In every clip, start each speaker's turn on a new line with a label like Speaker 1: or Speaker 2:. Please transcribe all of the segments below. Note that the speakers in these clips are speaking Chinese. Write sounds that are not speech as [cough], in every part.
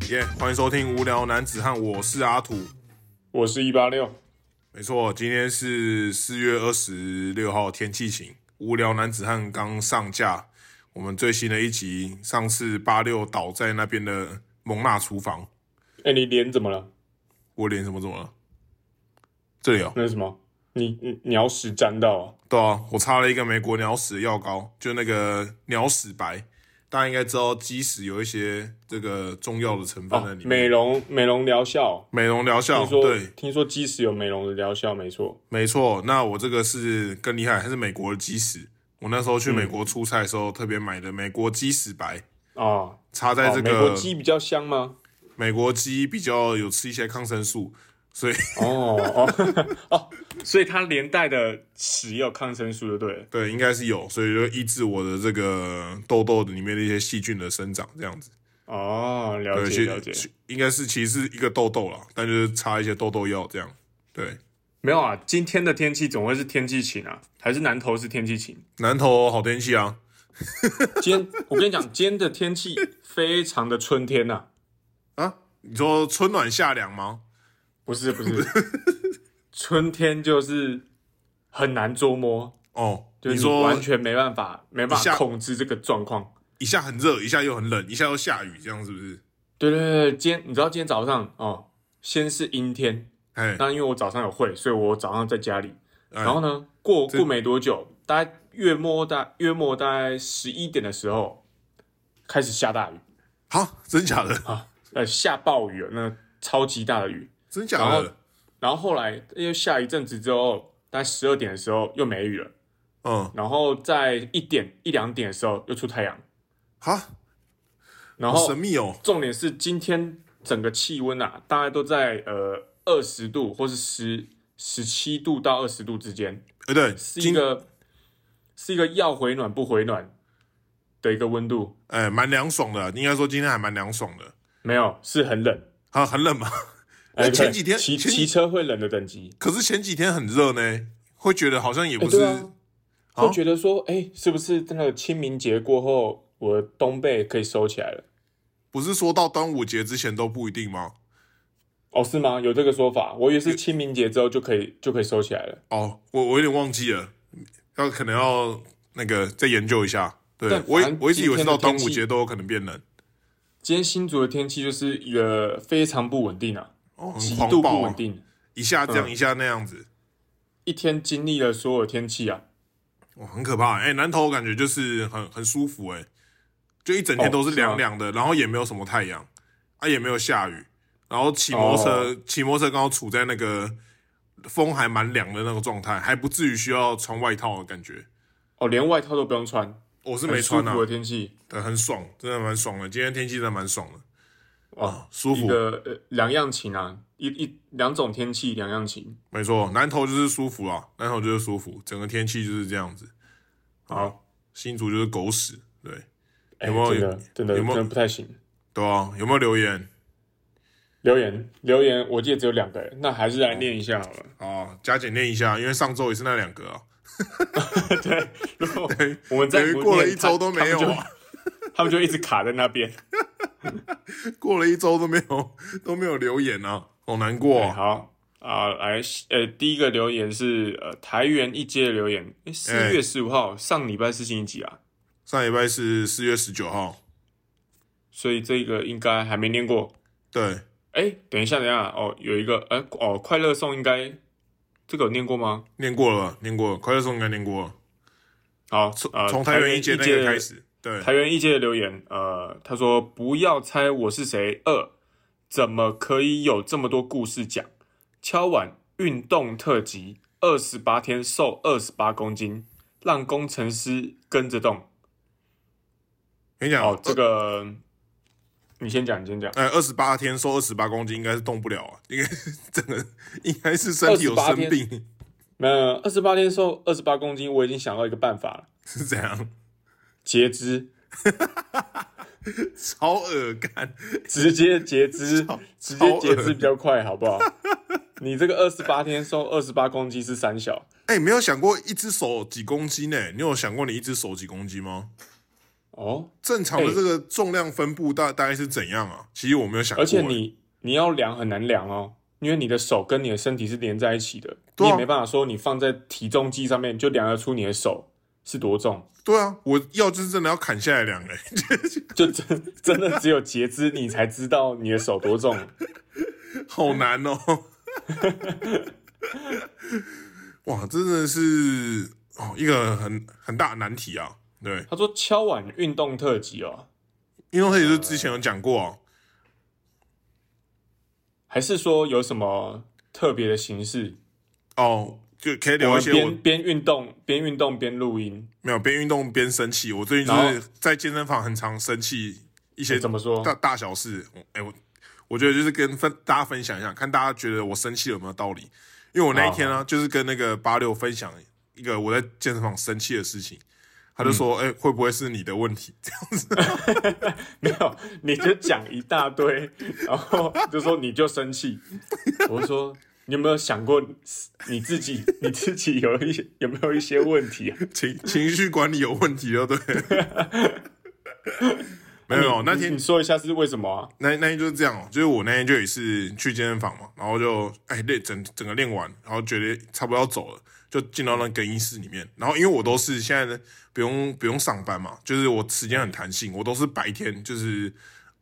Speaker 1: 见，欢迎收听《无聊男子汉》，我是阿土。
Speaker 2: 我是一八六，
Speaker 1: 没错，今天是四月二十六号，天气晴。《无聊男子汉》刚上架，我们最新的一集，上次八六倒在那边的蒙娜厨房，
Speaker 2: 哎，你脸怎么了？
Speaker 1: 我脸怎么怎么了？这里哦，
Speaker 2: 那是什么？你你鸟屎沾到啊？
Speaker 1: 对啊，我擦了一个美国鸟屎的药膏，就那个鸟屎白。大家应该知道，鸡屎有一些这个中药的成分在
Speaker 2: 哦
Speaker 1: 里，面，
Speaker 2: 美容美容疗效，
Speaker 1: 美容疗效。
Speaker 2: 听说
Speaker 1: 对，
Speaker 2: 听说鸡屎有美容的疗效，没错。
Speaker 1: 没错，那我这个是更厉害，它是美国的鸡屎。我那时候去
Speaker 2: 嗯
Speaker 1: 美国出差的时候，特别买的美国鸡屎白，
Speaker 2: 啊，
Speaker 1: 擦在这
Speaker 2: 哦美
Speaker 1: 个、
Speaker 2: 国鸡比较香吗？
Speaker 1: 美国鸡比较有吃一些抗生素，所以。
Speaker 2: 哦 [laughs] 哦哦，所以它连带的屎也有抗生素，就对了
Speaker 1: 对应该是有，所以就抑制我的这个痘痘里面的一些细菌的生长，这样子。
Speaker 2: 哦，了
Speaker 1: 对，
Speaker 2: 解了解
Speaker 1: 其。其应该是其实是一个痘痘啦，但就是擦一些痘痘药这样。对，
Speaker 2: 没有啊，今天的天气总会是天气晴啊，还是南投是天气晴？
Speaker 1: 南投好天气啊，
Speaker 2: 今天我跟你讲，今天的天气非常的春天呐、啊。
Speaker 1: 啊，你说春暖夏凉吗？
Speaker 2: 不是不是，春天就是很难捉摸，
Speaker 1: 哦，
Speaker 2: 就
Speaker 1: 你
Speaker 2: 是
Speaker 1: 说
Speaker 2: 完全没办法没办
Speaker 1: 一下
Speaker 2: 法控制这个状况。
Speaker 1: 一下很热，一下又很冷，一下又下雨，这样是不是？
Speaker 2: 对对对，对今天你知道今天早上哦，先是阴天，
Speaker 1: 哎，
Speaker 2: 那因为我早上有会，所以我早上在家里。
Speaker 1: 哎
Speaker 2: 然后呢，过
Speaker 1: 这
Speaker 2: 过没多久，大概月末大月末大概十一点的时候开始下大雨
Speaker 1: 好，真假的，
Speaker 2: 啊，呃下暴雨了，那超级大的雨。
Speaker 1: 真假
Speaker 2: 然后
Speaker 1: 的，
Speaker 2: 然后后来又下一阵子之后，大概十二点的时候又没雨了。
Speaker 1: 嗯，
Speaker 2: 然后在一点一两点的时候又出太阳，
Speaker 1: 哈，
Speaker 2: 然
Speaker 1: 好
Speaker 2: 后
Speaker 1: 神秘哦，
Speaker 2: 重点是今天整个气温啊，大概都在呃二十度或是十十七度到二十度之间，
Speaker 1: 哎，对，
Speaker 2: 是一
Speaker 1: 今
Speaker 2: 个是一个要回暖不回暖的一个温度，
Speaker 1: 哎蛮凉爽的，应该说今天还蛮凉爽的，
Speaker 2: 没有是很冷。
Speaker 1: 啊，很冷嘛，
Speaker 2: 哎
Speaker 1: 前
Speaker 2: 对
Speaker 1: 几天
Speaker 2: 骑
Speaker 1: 前
Speaker 2: 骑车会冷的等级，
Speaker 1: [laughs] 可是前几天很热呢，会觉得好像也
Speaker 2: 哎
Speaker 1: 不
Speaker 2: 对
Speaker 1: 是
Speaker 2: 啊，会觉得说，哎，是不是那个清明节过后，我的冬被可以收起来了？
Speaker 1: 不是说到端午节之前都不一定吗？
Speaker 2: 哦，是吗？有这个说法，我以为是清明节之后就可以就可以收起来了。
Speaker 1: 哦，我我有点忘记了，要可能要那个再研究一下。对
Speaker 2: 但
Speaker 1: 我
Speaker 2: 反
Speaker 1: 一
Speaker 2: 正
Speaker 1: 我一直以为是到
Speaker 2: 今天
Speaker 1: 端
Speaker 2: 的天气
Speaker 1: 午节都有可能变冷，
Speaker 2: 今天新竹的天气就是一个非常不稳定啊，
Speaker 1: 哦，
Speaker 2: 极
Speaker 1: 很狂
Speaker 2: 度
Speaker 1: 暴
Speaker 2: 不
Speaker 1: 啊
Speaker 2: 稳，定，
Speaker 1: 一下这样
Speaker 2: 嗯
Speaker 1: 一下那样子。
Speaker 2: 一天经历了所有天气啊，
Speaker 1: 哇，很可怕哎、欸南投感觉就是很很舒服哎、就一整天
Speaker 2: 哦
Speaker 1: 都是
Speaker 2: 是吗
Speaker 1: 凉凉的，然后也没有什么太阳，啊也没有下雨，然后骑摩托
Speaker 2: 哦
Speaker 1: 车骑、摩托车刚好处在那个风还蛮凉的那个状态，还不至于需要穿外套的感觉。
Speaker 2: 哦，连外套都不用穿，
Speaker 1: 我是
Speaker 2: 很
Speaker 1: 没
Speaker 2: 舒
Speaker 1: 穿啊
Speaker 2: 服，的天气
Speaker 1: 对，很爽，真的蛮爽的。今天天气真的蛮爽的，啊
Speaker 2: 哦，
Speaker 1: 舒
Speaker 2: 一
Speaker 1: 服，
Speaker 2: 个呃两样情啊，一一两种天气两样情。
Speaker 1: 没错，南投就是舒服啊，南投就是舒服，整个天气就是这样子。
Speaker 2: 好，
Speaker 1: 新竹就是狗屎，对
Speaker 2: 哎
Speaker 1: 有没有
Speaker 2: 真的真的
Speaker 1: 有没有
Speaker 2: 真的不太行？
Speaker 1: 对啊，有没有留言
Speaker 2: 留言留言，我记得只有两个，那还是来
Speaker 1: 哦
Speaker 2: 念一下好了。
Speaker 1: 啊？加减念一下，因为上周也是那两个啊。
Speaker 2: 对，如果我们再
Speaker 1: 等于
Speaker 2: 不
Speaker 1: 过了
Speaker 2: 念
Speaker 1: 一周都没有，啊，
Speaker 2: 他他们就他们就一直卡在那边。
Speaker 1: [laughs] 过了一周都没有 [laughs] 都没有留言啊，好难过
Speaker 2: 对，
Speaker 1: 啊、
Speaker 2: 哎好啊、来，呃，第一个留言是呃台原一阶的留言，四
Speaker 1: 哎
Speaker 2: 月十五号、上礼拜是星期几啊？
Speaker 1: 上礼拜是四月十九号，
Speaker 2: 所以这个应该还没念过。
Speaker 1: 对，
Speaker 2: 哎，等一下，等一下，哦，有一个，哎，哦，快乐颂应该这个有念过吗？
Speaker 1: 念过了，念过了，快乐颂应该念过了，
Speaker 2: 好，
Speaker 1: 从
Speaker 2: 呃，
Speaker 1: 从
Speaker 2: 台
Speaker 1: 台
Speaker 2: 原
Speaker 1: 原一街那
Speaker 2: 阶
Speaker 1: 个开，始，对，
Speaker 2: 台原一阶的留言，呃，他说不要猜我是谁，二怎么可以有这么多故事讲？敲碗运动特辑，二十八天瘦二十八公斤，让工程师跟着动。
Speaker 1: 跟你讲，
Speaker 2: 哦，这个你先讲，你先讲。
Speaker 1: 呃，二十八天瘦二十八公斤，应该是动不了啊，应该是真的应该是身体有
Speaker 2: 28
Speaker 1: 生
Speaker 2: 天
Speaker 1: 病，
Speaker 2: 没有，二十八天瘦二十八公斤，我已经想到一个办法了，
Speaker 1: 是怎样？
Speaker 2: 截肢，
Speaker 1: 超恶干，
Speaker 2: 直接截肢，直接截肢比较快，好不好？你这个二十八天瘦二十八公斤是三小
Speaker 1: 哎、没有想过一只手几公斤呢、你有想过你一只手几公斤吗？
Speaker 2: 哦，
Speaker 1: 正常的
Speaker 2: 哎
Speaker 1: 这个重量分布大大概是怎样啊？其实我没有想过，
Speaker 2: 而且你你要量很难量哦，因为你的手跟你的身体是连在一起的，
Speaker 1: 对
Speaker 2: 你
Speaker 1: 啊
Speaker 2: 也没办法说你放在体重计上面就量得出你的手是多重，
Speaker 1: 对啊，我要就是真的要砍下来两个、 [laughs] 哎
Speaker 2: 就真 [laughs] 真的只有截肢你才知道你的手多重。
Speaker 1: 好难哦。 [laughs] 哇，真的是哦一个很很大的难题啊。对，
Speaker 2: 他说敲碗运动特辑哦，
Speaker 1: 因为也是之前有讲过、啊，
Speaker 2: 还是说有什么特别的形式？
Speaker 1: 哦，就可以
Speaker 2: 我
Speaker 1: 聊一
Speaker 2: 们
Speaker 1: 些我
Speaker 2: 边边运动边运动边录音，
Speaker 1: 没有边运动边生气。我最近就
Speaker 2: 然
Speaker 1: 是在健身房很常生气一些
Speaker 2: 怎么说？
Speaker 1: 大大小事。我哎、我我觉得就是跟分大家分享一下，看大家觉得我生气有没有道理。因为我那一
Speaker 2: 啊
Speaker 1: 天呢、就是跟那个八六分享一个我在健身房生气的事情，他
Speaker 2: 嗯
Speaker 1: 就说：“哎、会不会是你的问题？” [laughs]
Speaker 2: [laughs] 没有，你就讲一大堆，然后就说你就生气。我就说你有没有想过你自己，你自己有一些有没有一些问题啊？
Speaker 1: 情情绪管理有问题，哦对不 [laughs] 对？没有没有，那
Speaker 2: 你
Speaker 1: 天
Speaker 2: 你说一下是为什么啊？
Speaker 1: 那那天就是这样哦，就是我那天就也是去健身房嘛，然后就哎练整整个练完，然后觉得差不多要走了，就进到那更衣室里面。然后因为我都是现在呢不用不用上班嘛，就是我时间很弹性，我都是白天就是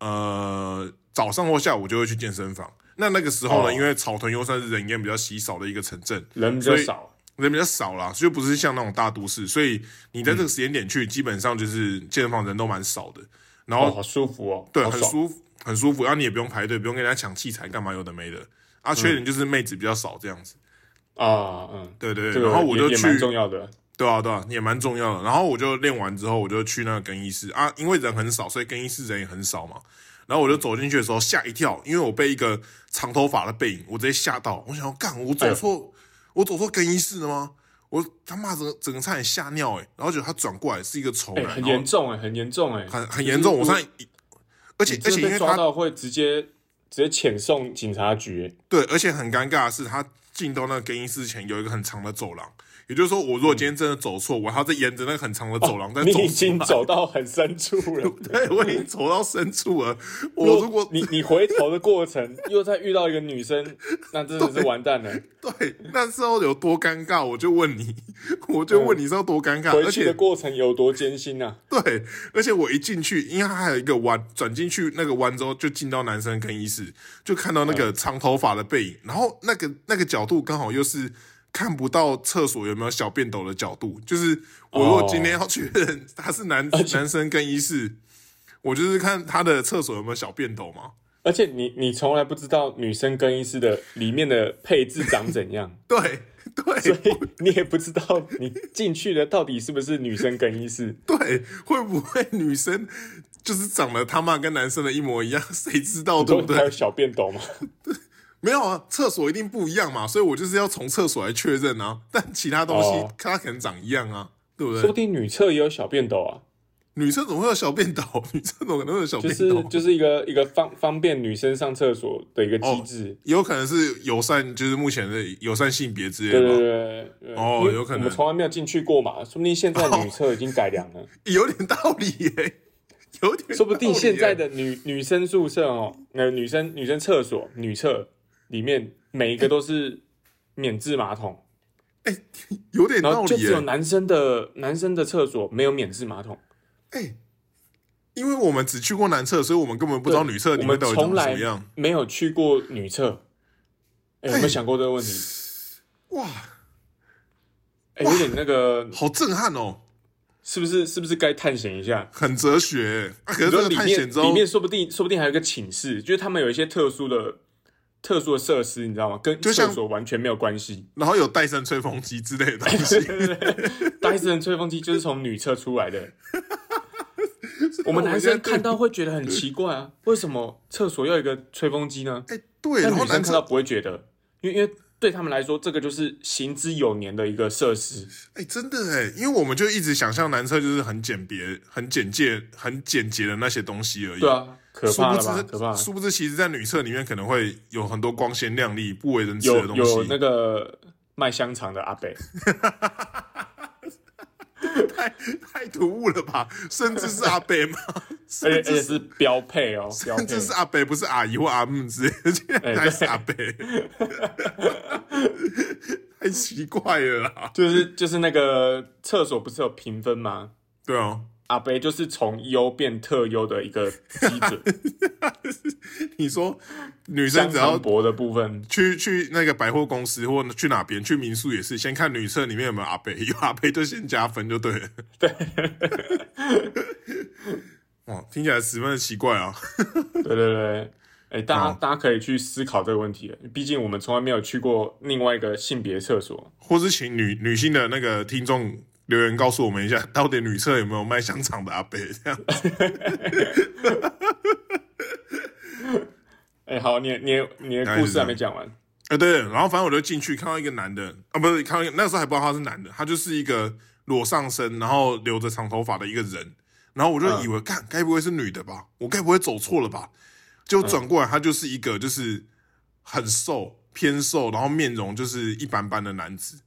Speaker 1: 呃早上或下午就会去健身房。那那个时候呢，
Speaker 2: 哦
Speaker 1: 因为草屯又算是人烟比较稀少的一个城镇，
Speaker 2: 人比较
Speaker 1: 所以
Speaker 2: 少，
Speaker 1: 人比较少啦，所以不是像那种大都市，所以你在这个时间点去，基本上就是健身房人都蛮少的，然后、
Speaker 2: 哦，好舒服哦，
Speaker 1: 对
Speaker 2: 好
Speaker 1: 很
Speaker 2: 爽。
Speaker 1: 舒服，很舒服，然后你也不用排队，不用跟人家抢器材，干嘛有的没的。
Speaker 2: 嗯
Speaker 1: 啊，缺点就是妹子比较少这样子，
Speaker 2: 啊，嗯，
Speaker 1: 对对
Speaker 2: 这
Speaker 1: 对。
Speaker 2: 个
Speaker 1: 然后我
Speaker 2: 也
Speaker 1: 就
Speaker 2: 也
Speaker 1: 去
Speaker 2: 蛮，重要的，
Speaker 1: 对啊对啊，也蛮重要的。然后我就练完之后，我就去那个更衣室啊，因为人很少，所以更衣室人也很少嘛。然后
Speaker 2: 嗯
Speaker 1: 我就走进去的时候吓一跳，因为我被一个长头发的背影，我直接吓到。我想要干，我走错，我走错更衣室了吗？我他妈整个整个差点吓尿哎、欸然后结果他转过来是一个丑
Speaker 2: 哎，
Speaker 1: 男，
Speaker 2: 很
Speaker 1: 然
Speaker 2: 严
Speaker 1: 后
Speaker 2: 重哎，很严重哎，
Speaker 1: 很很严重。我
Speaker 2: 就是
Speaker 1: 差点一，而且
Speaker 2: 你
Speaker 1: 而
Speaker 2: 真
Speaker 1: 且
Speaker 2: 的
Speaker 1: 因
Speaker 2: 被
Speaker 1: 为
Speaker 2: 抓
Speaker 1: 他
Speaker 2: 到会直接直接遣送警察局，
Speaker 1: 对，而且很尴尬的是，他进到那个更衣室前有一个很长的走廊，也就是说，我如果今天真的走错，我还要再沿着那个很长的走廊再
Speaker 2: 哦你
Speaker 1: 走出来。
Speaker 2: 已经走到很深处了。
Speaker 1: 对，我已经走到深处了。 [laughs] 我如果
Speaker 2: 你你回头的过程又再遇到一个女生，那真的是完蛋了。
Speaker 1: 对那时候有多尴尬，我就问你，我就问你是要多尴尬，
Speaker 2: 回
Speaker 1: 而
Speaker 2: 去的
Speaker 1: 且
Speaker 2: 过程有多艰辛啊！
Speaker 1: [laughs] 对，而且我一进去，因为它还有一个弯，转进去那个弯之后，就进到男生更衣室，就看到那
Speaker 2: 嗯
Speaker 1: 个长头发的背影，然后那个那个角度刚好又是看不到厕所有没有小便斗的角度，就是我如果今
Speaker 2: 哦
Speaker 1: 天要确认他是男、男生更衣室，我就是看他的厕所有没有小便斗嘛。，
Speaker 2: 而且你你从来不知道女生更衣室的里面的配置长怎样
Speaker 1: [laughs] 对
Speaker 2: 所
Speaker 1: 对
Speaker 2: 以你也不知道你进去的到底是不是女生更衣室。
Speaker 1: 对，会不会女生就是长得他妈跟男生的一模一样？谁知道哦对
Speaker 2: 都
Speaker 1: 不对
Speaker 2: 还？有小便斗吗？
Speaker 1: 没有啊，厕所一定不一样嘛，所以我就是要从厕所来确认啊。 [laughs] 但其他东西、
Speaker 2: 哦
Speaker 1: 它可能长一样啊，对不
Speaker 2: 说不
Speaker 1: 对？
Speaker 2: 定女厕也有小便斗啊，
Speaker 1: 女生怎么会有小便斗？女生怎么可能会有小
Speaker 2: 就
Speaker 1: 便斗？
Speaker 2: 是就是一个一个方方便女生上厕所的一个机制。
Speaker 1: 有可能是友善，就是目前的友善性别之类
Speaker 2: 对对
Speaker 1: 的吧，
Speaker 2: 对对，对
Speaker 1: 哦
Speaker 2: 因为
Speaker 1: 有可能
Speaker 2: 我们从来没有进去过嘛，说不定现在女厕已经改良了。
Speaker 1: 有点道理耶、 [laughs] 有点道理耶、
Speaker 2: 说不定现在的女女生宿舍哦，呃，女生女生厕所女厕里面每一个都是免治马桶，
Speaker 1: 有点
Speaker 2: 然
Speaker 1: 道
Speaker 2: 后就
Speaker 1: 理
Speaker 2: 只
Speaker 1: 耶、
Speaker 2: 有男生的男生的厕所没有免治马桶，
Speaker 1: 哎、因为我们只去过男厕，所以我们根本不知道女厕
Speaker 2: 我
Speaker 1: 里面
Speaker 2: 们
Speaker 1: 到底
Speaker 2: 从
Speaker 1: 长什
Speaker 2: 来
Speaker 1: 么样。
Speaker 2: 没有去过女厕。哎，有没有想过这个问题？
Speaker 1: 哇，
Speaker 2: 哎，有点那个，
Speaker 1: 好震撼哦，
Speaker 2: 是不是是不是该探险一下？
Speaker 1: 很哲学、欸。啊、可是
Speaker 2: 你
Speaker 1: 这
Speaker 2: 说
Speaker 1: 个
Speaker 2: 里
Speaker 1: 探
Speaker 2: 面
Speaker 1: 险之后
Speaker 2: 里，面说不定说不定还有一个寝室，就是他们有一些特殊的特殊的设施，你知道吗？跟
Speaker 1: 就
Speaker 2: 厕
Speaker 1: 像
Speaker 2: 所完全没有关系。
Speaker 1: 然后有戴森吹风机之类的东西。
Speaker 2: 戴森吹风机就是从女厕出
Speaker 1: [laughs]
Speaker 2: 来的。我们男生看到会觉得很奇怪啊，为什么厕所要有一个吹风机呢？
Speaker 1: 哎、对，
Speaker 2: 但
Speaker 1: 然
Speaker 2: 女
Speaker 1: 后
Speaker 2: 生
Speaker 1: 男
Speaker 2: 看到不会觉得，因为因为对他们来说，这个就是行之有年的一个设施。
Speaker 1: 哎、真的哎，因为我们就一直想象男厕就是很简别、很简洁、很简洁的那些东西而已。
Speaker 2: 对，啊，可
Speaker 1: 殊
Speaker 2: 怕
Speaker 1: 不
Speaker 2: 了吧？可怕
Speaker 1: 知，。殊不知，其实，在女厕里面可能会有很多光鲜亮丽、不为人知的
Speaker 2: 有
Speaker 1: 东
Speaker 2: 有
Speaker 1: 西 [laughs]
Speaker 2: 那。个卖香肠的阿北，
Speaker 1: 太太突兀了吧？甚至是阿北
Speaker 2: [laughs]
Speaker 1: 吗？
Speaker 2: 而且而
Speaker 1: 甚
Speaker 2: 且
Speaker 1: 至是
Speaker 2: 是标配
Speaker 1: [laughs]
Speaker 2: 哦，标
Speaker 1: 甚
Speaker 2: 配
Speaker 1: 至是阿北，不是阿姨或阿木之类的，竟
Speaker 2: 哎
Speaker 1: 然还是阿北， [laughs] 太奇怪了啦。
Speaker 2: 就是就是那个厕所不是有评分吗？
Speaker 1: 对啊，
Speaker 2: 阿北就是从优变特优的一个基准，
Speaker 1: [laughs] 你说女生
Speaker 2: 香
Speaker 1: 只要
Speaker 2: 肠博的部分，
Speaker 1: 去去那个百货公司或去哪边去民宿也是，先看女厕里面有没有阿贝，有阿贝就先加分就对了。 [laughs] 对，哦哇，听起来十分的奇怪啊！
Speaker 2: 对对对。哎、大家、大家可以去思考这个问题了，毕竟我们从来没有去过另外一个性别厕所。
Speaker 1: 或是请女女性的那个听众留言告诉我们一下，到底女厕有没有卖香肠的阿贝？这样
Speaker 2: 哎、好，你的你的你
Speaker 1: 哎
Speaker 2: 的故事还没讲完，
Speaker 1: 呃，对，然后反正我就进去看到一个男的啊，不是看到一个那时候还不知道他是男的，他就是一个裸上身，然后留着长头发的一个人，然后我就
Speaker 2: 嗯
Speaker 1: 以为，干、该不会是女的吧？我该不会走错了吧？就
Speaker 2: 嗯
Speaker 1: 转过来，他就是一个就是很瘦偏瘦，然后面容就是一般般的男子，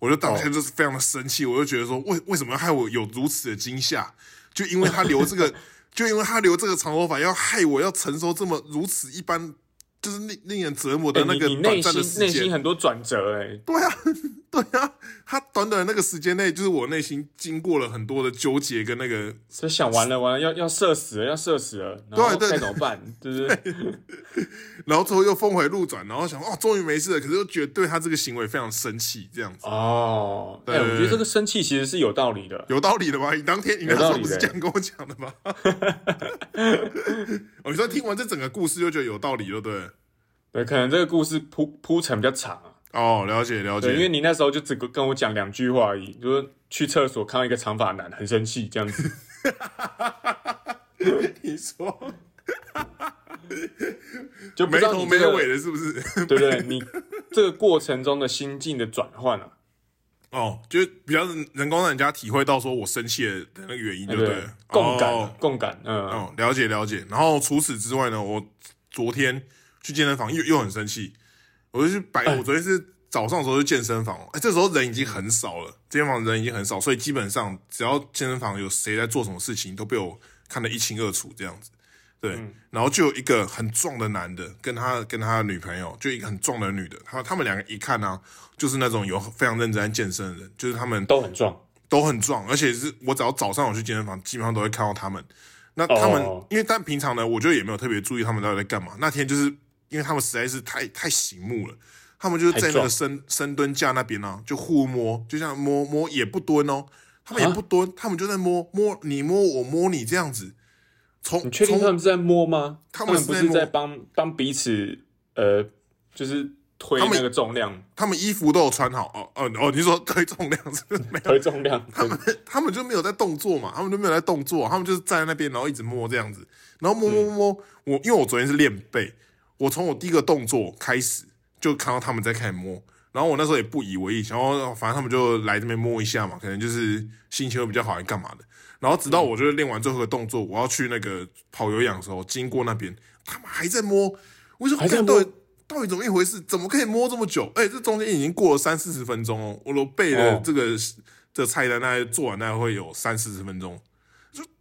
Speaker 1: 我就
Speaker 2: 哦
Speaker 1: 当下就是非常的生气，我就觉得说，为为什么要害我有如此的惊吓？就因为他留
Speaker 2: [laughs]
Speaker 1: 这个，就因为他留这个长头发，要害我要承受这么如此一般。就是令令人折磨的
Speaker 2: 哎
Speaker 1: 那
Speaker 2: 你
Speaker 1: 个
Speaker 2: 你
Speaker 1: 短
Speaker 2: 内
Speaker 1: 暂的
Speaker 2: 心
Speaker 1: 时
Speaker 2: 内
Speaker 1: 间
Speaker 2: 心，很多转折、哎，
Speaker 1: 对啊，对啊，他短短的那个时间内，就是我内心经过了很多的纠结跟那个，
Speaker 2: 就想完了完了，要要射死了，要射死了，然后
Speaker 1: 对对
Speaker 2: 该怎么
Speaker 1: [laughs]
Speaker 2: 办？就是
Speaker 1: 然后最后又峰回路转，然后想哦，终于没事了，可是又觉得对他这个行为非常生气，这样子
Speaker 2: 哦，哎、
Speaker 1: 对
Speaker 2: 我觉得这个生气其实是有道理的。
Speaker 1: 有道理的吧？你当天你那
Speaker 2: 有
Speaker 1: 时
Speaker 2: 道
Speaker 1: 候
Speaker 2: 理
Speaker 1: 不是
Speaker 2: 的
Speaker 1: 这样跟我讲的吗？
Speaker 2: [laughs]
Speaker 1: 我说听完这整个故事就觉得有道理，对不对？
Speaker 2: 对，可能这个故事铺铺陈比较长啊。
Speaker 1: 哦，了解了
Speaker 2: 对，因为
Speaker 1: 解，
Speaker 2: 你那时候就只跟我讲两句话而已，就是去厕所看到一个长发男，很生气这样子。
Speaker 1: 你说
Speaker 2: 就不
Speaker 1: 没
Speaker 2: 知道
Speaker 1: 头
Speaker 2: 你
Speaker 1: 没
Speaker 2: 这个
Speaker 1: 尾的，是不是？
Speaker 2: [laughs] 对不对？你这个过程中的心境的转换啊，
Speaker 1: 哦，就是比较能够让人家体会到说我生气的那个原因，
Speaker 2: 对
Speaker 1: 对不
Speaker 2: 不哎对
Speaker 1: 对？？
Speaker 2: 共感
Speaker 1: 哦
Speaker 2: 啊，共感，嗯，
Speaker 1: 哦，了解了解。然后除此之外呢，我昨天去健身房又又很生气，我就去白，我昨天是早上的时候去健身房，哎，这时候人已经很少了，健身房人已经很少，所以基本上只要健身房有谁在做什么事情，都被我看得一清二楚这样子。对，然后就有一个很壮的男的，跟他跟他的女朋友，就一个很壮的女的，他他们两个一看啊，就是那种有非常认真在健身的人，就是他们
Speaker 2: 都很壮，
Speaker 1: 都很壮，而且是我只要早上我去健身房，基本上都会看到他们。那他们、
Speaker 2: 哦
Speaker 1: 因为但平常呢，我就也没有特别注意他们到底在干嘛。那天就是因为他们实在是太太醒目了，他们就是在
Speaker 2: 太
Speaker 1: 那
Speaker 2: 壮
Speaker 1: 个深深蹲架那边呢、就互摸，就像摸摸也不蹲哦，他们
Speaker 2: 啊
Speaker 1: 也不蹲，他们就在摸摸你摸我摸你这样子。从
Speaker 2: 你确定他
Speaker 1: 从
Speaker 2: 们是在摸吗？
Speaker 1: 他
Speaker 2: 他
Speaker 1: 们是
Speaker 2: 们
Speaker 1: 在
Speaker 2: 不
Speaker 1: 摸
Speaker 2: 是在帮帮彼此，呃，就是推
Speaker 1: 他们
Speaker 2: 那个重量，
Speaker 1: 他们衣服都有穿好哦哦哦，你说推重量是不是没有？
Speaker 2: 推重量，推
Speaker 1: 他们就没有在动作嘛，他们就没有在动作，他们就是站在那边，然后一直摸这样子，然后摸摸摸
Speaker 2: 嗯
Speaker 1: 摸。我因为我昨天是练背，我从我第一个动作开始就看到他们在开始摸，然后我那时候也不以为意，然后反正他们就来这边摸一下嘛，可能就是心情会比较好，还干嘛的。然后直到我就是练完最后一个动作，我要去那个跑有氧的时候，经过那边，他们还在摸，我就说
Speaker 2: 还在
Speaker 1: 干
Speaker 2: 摸
Speaker 1: 到底到底怎么一回事？怎么可以摸这么久？哎、这中间已经过了三四十分钟哦，我都背了
Speaker 2: 哦
Speaker 1: 这个、这个菜单，大概做完大概会有三四十分钟，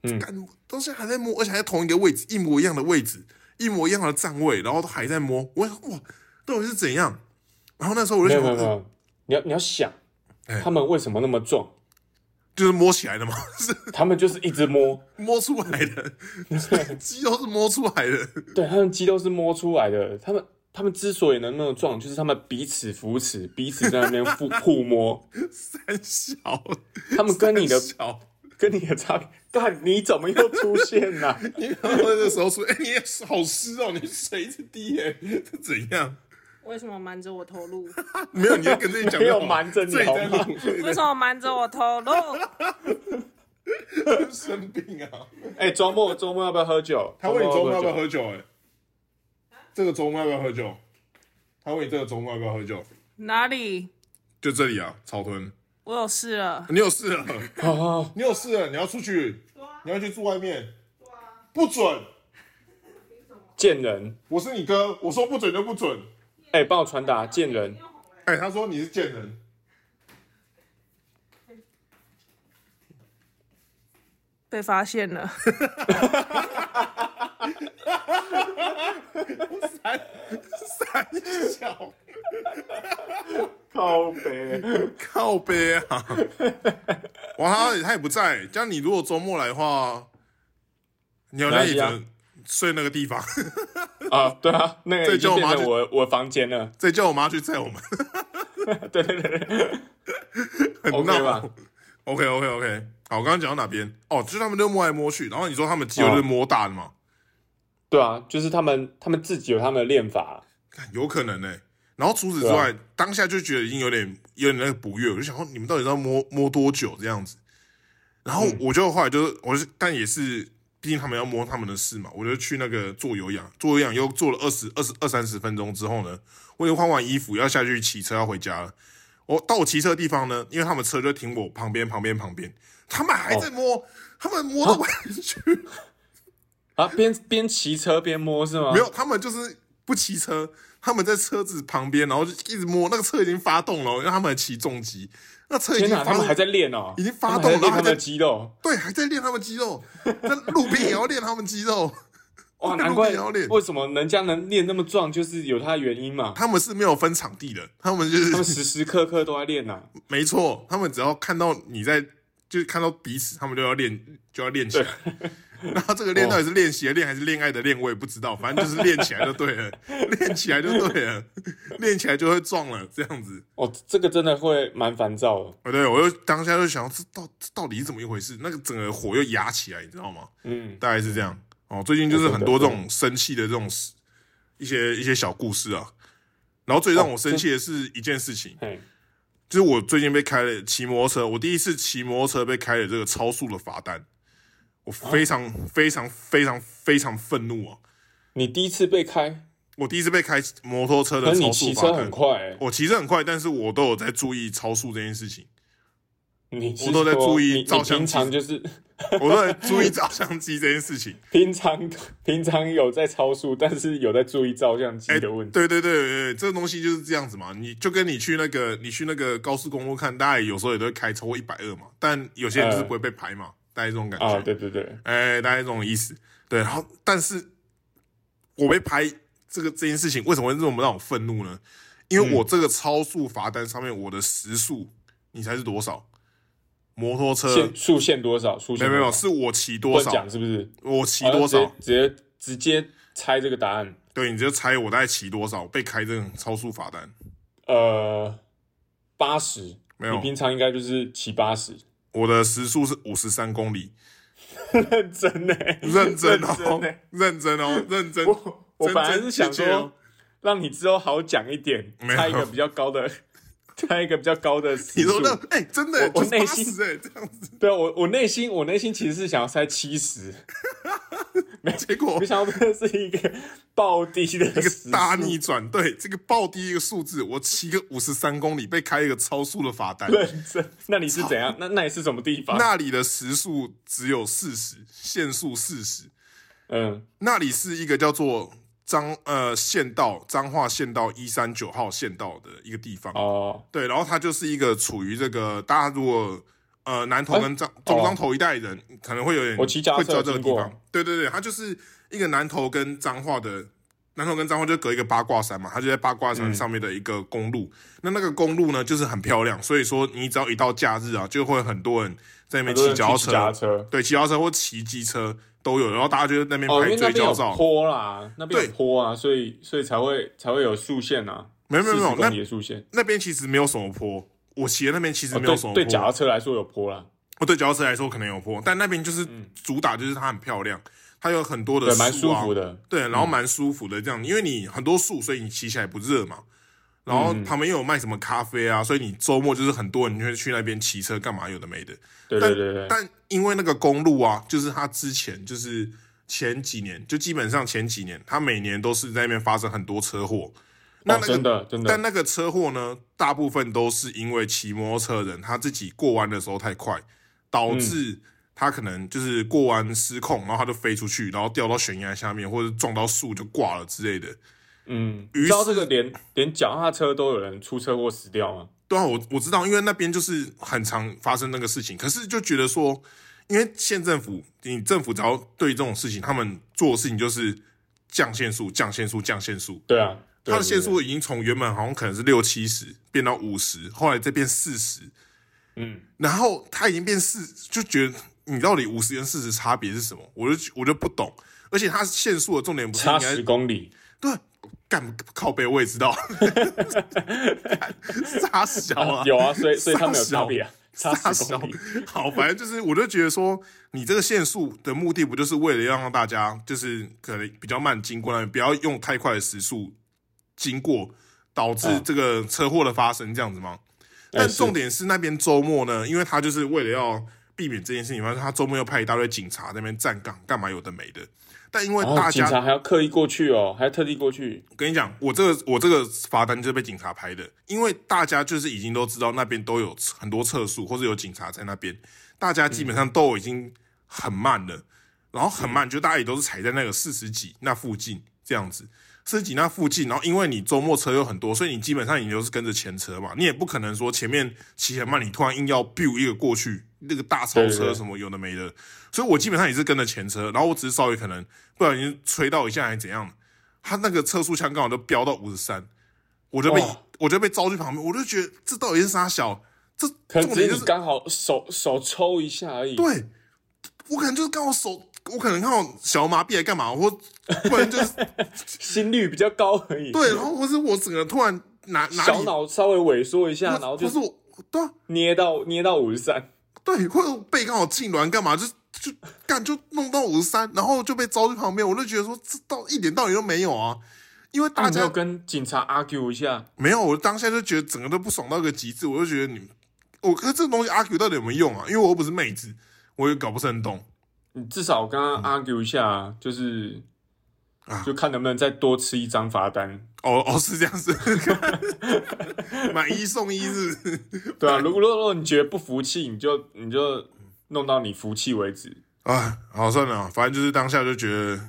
Speaker 2: 嗯
Speaker 1: 就感到现在还在摸，而且还在同一个位置，一模一样的位置，一模一样的站位，然后都还在摸，我想哇，到底是怎样？然后那时候我
Speaker 2: 没
Speaker 1: 就
Speaker 2: 有
Speaker 1: 想
Speaker 2: 没有
Speaker 1: 说，
Speaker 2: 没有，你要你要想
Speaker 1: 哎，
Speaker 2: 他们为什么那么壮？
Speaker 1: 就是摸起来的嘛， [laughs] 是
Speaker 2: 他们就是一直摸，
Speaker 1: 摸出来
Speaker 2: [laughs]
Speaker 1: 的，肌肉是摸出来的。
Speaker 2: 对他们肌肉是摸出来的。他们他们之所以能那么壮，就是他们彼此扶持，彼此在那边互互摸。
Speaker 1: 很小，
Speaker 2: 他们跟你的
Speaker 1: 很小，
Speaker 2: 跟你的差别，干你怎么又出现了、
Speaker 1: 你看到那时候说，哎、你也好湿哦，你水一直滴耶、这怎样？
Speaker 3: 为什么瞒着我透露？
Speaker 1: 没有，你在跟自己
Speaker 2: [laughs]
Speaker 1: 讲，
Speaker 2: 没有瞒着你
Speaker 1: 自己在
Speaker 2: 好吗
Speaker 1: 录，自己
Speaker 3: 为什
Speaker 1: 在
Speaker 3: 么瞒着我透露？
Speaker 1: 生病啊！
Speaker 2: [laughs] 哎、周末周末要不要喝酒？
Speaker 1: 他问你周末要不要
Speaker 2: 喝酒？
Speaker 1: 喝酒、哎，这个周末要不要喝酒？他问你这个周末要不要喝酒？
Speaker 3: 哪里？
Speaker 1: 就这里啊，草屯，
Speaker 3: 我有事了。
Speaker 1: 你有事了，
Speaker 2: 好好好
Speaker 1: 你有事了，你要出去，你要去住外面，不准！
Speaker 2: 见人，
Speaker 1: 我是你哥，我说不准就不准。
Speaker 2: 哎、帮我传达见人。
Speaker 1: 哎、他说你是贱人。
Speaker 3: 被发现了，
Speaker 1: 三三小
Speaker 2: 靠北，
Speaker 1: 靠背
Speaker 2: [laughs]
Speaker 1: 啊！哇，他他也不在，这样你如果周末来的话，鸟类也只
Speaker 2: 哪里啊
Speaker 1: 能睡那个地方，
Speaker 2: [laughs] 啊，对啊，那个
Speaker 1: 这
Speaker 2: 已经
Speaker 1: 就
Speaker 2: 变
Speaker 1: 麻
Speaker 2: 成
Speaker 1: 就
Speaker 2: 我我房间
Speaker 1: [laughs]
Speaker 2: 了。
Speaker 1: 再叫我妈去载我们，
Speaker 2: 对对对 [laughs] 对
Speaker 1: 很
Speaker 2: ，OK
Speaker 1: 闹。
Speaker 2: 吧？
Speaker 1: OK OK OK，好，我刚刚讲到哪边？哦，就是他们就摸来摸去，然后你说他们肌肉
Speaker 2: 哦
Speaker 1: 就是摸大的嘛，
Speaker 2: 对啊，就是他们他们自己有他们的练法。
Speaker 1: 看有可能呢、欸然后除此之外，当下就觉得已经有点有点那个不悦，我就想说你们到底要摸摸多久这样子？然后我就后来就是，我是但也是，毕竟他们要摸他们的事嘛，我就去那个做有氧，做有氧又做了二十二十二三十分钟之后呢，我已经换完衣服要下去骑车要回家了。我到我骑车的地方呢，因为他们车就停我旁边旁边旁边，他们还在摸，他们摸到我去。
Speaker 2: 啊，边边骑车边摸是吗？
Speaker 1: 没有，他们就是不骑车，他们在车子旁边，然后就一直摸那个车已经发动了哦，让他们还骑重机，那车已
Speaker 2: 天
Speaker 1: 经
Speaker 2: 哪，
Speaker 1: 发
Speaker 2: 他们还
Speaker 1: 动，
Speaker 2: 在练哦，
Speaker 1: 已经发
Speaker 2: 他们还
Speaker 1: 动了，然
Speaker 2: 在
Speaker 1: 后
Speaker 2: 练
Speaker 1: 还
Speaker 2: 他们的
Speaker 1: 在
Speaker 2: 肌肉。
Speaker 1: 对还在练他们肌肉，那路边也要练他们肌肉， [laughs]
Speaker 2: 哇，
Speaker 1: 他们
Speaker 2: 难怪
Speaker 1: 也要练
Speaker 2: 为什么人家能练那么壮，就是有他的原因嘛。
Speaker 1: 他们是没有分场地的，他们就
Speaker 2: 他们
Speaker 1: 是
Speaker 2: 时时刻刻都在练呐、
Speaker 1: 没错，他们只要看到你在，就是看到彼此，他们就要练，就要练起来。 [laughs] 然后这个练到
Speaker 2: 哦
Speaker 1: 底是练习的练还是恋爱的练，我也不知道，反正就是练起来就对了， [laughs] 练起来就对了， [laughs] 练起来就会撞了，这样子。
Speaker 2: 哦，这个真的会蛮烦躁的。
Speaker 1: 哦，对，我就当下就想，这到这到底是怎么一回事？那个整个火又压起来，你知道吗？
Speaker 2: 嗯，
Speaker 1: 大概是这样。哦，最近就是
Speaker 2: 对对
Speaker 1: 很多这
Speaker 2: 对
Speaker 1: 种生气的这种事一些一些小故事啊。然后最
Speaker 2: 哦
Speaker 1: 让我生气的是一件事情，
Speaker 2: 嘿，
Speaker 1: 就是我最近被开了骑摩托车，我第一次骑摩托车被开了这个超速的罚单，我非常
Speaker 2: 哦
Speaker 1: 非常非常非常愤怒啊！
Speaker 2: 你第一次被开，
Speaker 1: 我第一次被开摩托车
Speaker 2: 可
Speaker 1: 的
Speaker 2: 是
Speaker 1: 超
Speaker 2: 你
Speaker 1: 速
Speaker 2: 骑
Speaker 1: 罚
Speaker 2: 车很
Speaker 1: 单，
Speaker 2: 快、欸，
Speaker 1: 我骑车很快，但是我都有在注意超速这件事情。
Speaker 2: 你是
Speaker 1: 我都在
Speaker 2: 说
Speaker 1: 注意
Speaker 2: 你你
Speaker 1: 照相
Speaker 2: 平
Speaker 1: 机
Speaker 2: 常就是 [laughs]
Speaker 1: 我都在注意照相机这件事情。
Speaker 2: 平常平常有在超速，但是有在注意照相
Speaker 1: 哎
Speaker 2: 机的问题。
Speaker 1: 对对对对，对这个东西就是这样子嘛。你就跟你去那个你去那个高速公路看，大家有时候也都会开超过一百二嘛，但有些人就是不会被拍嘛，大概这种感觉。
Speaker 2: 啊，对对对，
Speaker 1: 哎，大概这种意思。对，然后但是我被拍这个这件事情，为什么会这么让我愤怒呢？因
Speaker 2: 嗯
Speaker 1: 为我这个超速罚单上面我的时速，你猜是多少？摩托车
Speaker 2: 限速限多少？
Speaker 1: 呃
Speaker 2: 速
Speaker 1: 没
Speaker 2: 限
Speaker 1: 有没有，
Speaker 2: 多少
Speaker 1: 是我骑
Speaker 2: 不
Speaker 1: 多
Speaker 2: 能
Speaker 1: 少
Speaker 2: 讲，是啊不是？
Speaker 1: 我骑
Speaker 2: 好
Speaker 1: 多
Speaker 2: 像
Speaker 1: 少，
Speaker 2: 直接直接直接猜这个答案。
Speaker 1: 对，你就猜我大概骑多少，被开这种超速罚单。
Speaker 2: 呃，八十，
Speaker 1: 没有
Speaker 2: 你平常应该就是骑八十， [laughs]
Speaker 1: 我的时速是五十三公里，
Speaker 2: 认真呢、
Speaker 1: 认真
Speaker 2: 认
Speaker 1: 哦
Speaker 2: 真欸，
Speaker 1: 认真哦，认真。
Speaker 2: 我我
Speaker 1: 真
Speaker 2: 本来
Speaker 1: 真
Speaker 2: 是想
Speaker 1: 切切哦
Speaker 2: 说，让你之后好讲一点，
Speaker 1: 没有
Speaker 2: 猜一个比较高的， [laughs] 猜一个比较高的时
Speaker 1: 你
Speaker 2: 速
Speaker 1: 说。那哎、真的，
Speaker 2: 我我内
Speaker 1: 八
Speaker 2: 心
Speaker 1: 十哎，这样子，
Speaker 2: 对啊，我我内心我内心其实是想要猜七十，
Speaker 1: 哦结果
Speaker 2: 没想到这是一个暴低
Speaker 1: [laughs]
Speaker 2: 的
Speaker 1: 一个
Speaker 2: 时速
Speaker 1: 大逆转，对，这个暴低一个数字，我骑个五十三公里，被开一个超速的罚单。
Speaker 2: 认真。那你是怎样？那那你是什么地方？
Speaker 1: 那里的时速只有四十，限速四十。
Speaker 2: 嗯，
Speaker 1: 那里是一个叫做彰呃县道彰化县道一三九号县道的一个地方。
Speaker 2: 哦，
Speaker 1: 对，然后它就是一个处于这个大家如果呃南投跟彰中彰投一带人、可能会有点
Speaker 2: 哎我骑脚踏
Speaker 1: 会
Speaker 2: 车
Speaker 1: 知道这个地
Speaker 2: 有经
Speaker 1: 方
Speaker 2: 过，
Speaker 1: 对对对，它就是一个南投跟彰化的南投跟彰化就隔一个八卦山嘛，它就在八卦
Speaker 2: 嗯
Speaker 1: 山上面的一个公路。那那个公路呢，就是很漂亮，所以说你只要一到假日啊，就会很多人在那边骑
Speaker 2: 很多人
Speaker 1: 脚踏
Speaker 2: 骑脚踏
Speaker 1: 车，
Speaker 2: 车。
Speaker 1: 对，骑脚踏车或骑机车都有，然后大家就在那边
Speaker 2: 哦，因
Speaker 1: 拍
Speaker 2: 为那
Speaker 1: 追
Speaker 2: 边
Speaker 1: 焦
Speaker 2: 有
Speaker 1: 照。
Speaker 2: 坡啦，那边有
Speaker 1: 对
Speaker 2: 坡啊，所以所以才会才会有速限啊，
Speaker 1: 没有没有没
Speaker 2: 40
Speaker 1: 有，
Speaker 2: 公
Speaker 1: 那
Speaker 2: 里的速限。
Speaker 1: 那边其实没有什么坡，我骑的那边其实
Speaker 2: 哦
Speaker 1: 没有什么坡。
Speaker 2: 对对脚踏车来说有坡啦，
Speaker 1: 哦，对脚踏车来说可能有坡，但那边就是主打就是它很漂亮，它有很多的
Speaker 2: 对，
Speaker 1: 树啊，
Speaker 2: 蛮舒服的。嗯
Speaker 1: 对，然后蛮舒服的这样，因为你很多树，所以你骑起来不热嘛。然后
Speaker 2: 嗯
Speaker 1: 旁边又有卖什么咖啡啊，所以你周末就是很多人就会去那边骑车干嘛有的没的。
Speaker 2: 对
Speaker 1: 但
Speaker 2: 对对对，
Speaker 1: 但因为那个公路啊，就是它之前就是前几年，就基本上前几年，它每年都是在那边发生很多车祸。那
Speaker 2: 哦
Speaker 1: 那个、
Speaker 2: 真的真的
Speaker 1: 但那个车祸呢，大部分都是因为骑摩托车的人他自己过弯的时候太快，导致他可能就是过弯失控，然后他就飞出去，然后掉到悬崖下面，或者撞到树就挂了之类的。
Speaker 2: 嗯，
Speaker 1: 于
Speaker 2: 你知道
Speaker 1: 是
Speaker 2: 这个连连脚踏车都有人出车祸死掉吗？
Speaker 1: 对啊，我我知道，因为那边就是很常发生那个事情，可是就觉得说，因为县政府，你政府只要对这种事情，他们做的事情就是降限速、降限速、降限速。
Speaker 2: 对啊，对
Speaker 1: 它的限，
Speaker 2: 对对
Speaker 1: 速已经从原本好像可能是六七十变到五十，后来再变四十，
Speaker 2: 嗯，
Speaker 1: 然后它已经变四，就觉得你到底五十跟四十差别是什么？我就我就不懂。而且它限速的重点不是
Speaker 2: 差
Speaker 1: 应
Speaker 2: 十
Speaker 1: 该
Speaker 2: 公里，
Speaker 1: 对干靠背，我也知道， [laughs] 干傻小 [laughs] 啊，
Speaker 2: [laughs] 有啊，所以所以他们有
Speaker 1: 杀小
Speaker 2: 差别啊，差
Speaker 1: 傻
Speaker 2: 十
Speaker 1: 小
Speaker 2: 公里，。
Speaker 1: 好，反正就是我就觉得说，你这个限速的目的不就是为了要让大家就是可能比较慢经过那边，不要用太快的时速经过，导致
Speaker 2: 嗯
Speaker 1: 这个车祸的发生这样子吗？
Speaker 2: 哎
Speaker 1: 但
Speaker 2: 是
Speaker 1: 重点是那边周末呢，因为他就是为了要避免这件事情，反正他周末又派一大堆警察在那边站岗，干嘛有的没的。但因为
Speaker 2: 哦，
Speaker 1: 大
Speaker 2: 警
Speaker 1: 家，
Speaker 2: 察还要刻意过去哦，还要特地过去，
Speaker 1: 跟你讲，我这个我这个罚单就是被警察拍的，因为大家就是已经都知道那边都有很多测速或者有警察在那边，大家基本上都已经很慢了，然后很慢，就大家也都是踩在那个四十几那附近这样子。四十几那附近，然后因为你周末车又很多，所以你基本上你就是跟着前车嘛，你也不可能说前面骑很慢，你突然硬要 biu 一个过去，那个大超
Speaker 2: 对对
Speaker 1: 车
Speaker 2: 对
Speaker 1: 什么有的没的，所以我基本上也是跟着前车，然后我只是稍微可能不小心吹到一下还是怎样，他那个测速枪刚好就飙到五十三，我就被
Speaker 2: 哇
Speaker 1: 我就被招去旁边，我就觉得这到底是啥小，这
Speaker 2: 可能
Speaker 1: 重
Speaker 2: 只
Speaker 1: 点
Speaker 2: 是
Speaker 1: 就
Speaker 2: 你
Speaker 1: 是
Speaker 2: 刚好手手抽一下而已，
Speaker 1: 对，我可能就是刚好手，我可能刚好小麻痹来干嘛，或不然就是 [laughs]
Speaker 2: 心率比较高而已，，
Speaker 1: 对，然后或是我整个突然哪哪
Speaker 2: 小
Speaker 1: 里，
Speaker 2: 脑稍微萎缩一下，
Speaker 1: 或
Speaker 2: 然后就
Speaker 1: 或是我对啊
Speaker 2: 捏到捏到五十三，
Speaker 1: 对，或者我背刚好痉挛干嘛，就就干就弄到五十三，然后就被招去旁边，我就觉得说这到一点道理都没有啊，因为大
Speaker 2: 啊，你
Speaker 1: 家、
Speaker 2: 要跟警察 argue 一下，
Speaker 1: 没有，我当下就觉得整个都不爽到一个极致，我就觉得你，我可是这东西 argue 到底有没有用啊？因为我又不是妹子，我也搞不是很懂。
Speaker 2: 你至少跟他
Speaker 1: 嗯
Speaker 2: argue 一下啊，就是
Speaker 1: 啊
Speaker 2: 就看能不能再多吃一张罚单。
Speaker 1: 哦哦，是这样子， [laughs] 买一送一是 [laughs] 不是？
Speaker 2: 对啊，如果如果如果你觉得不服气，你就你就弄到你服气为止。
Speaker 1: 啊，好算了，反正就是当下就觉得，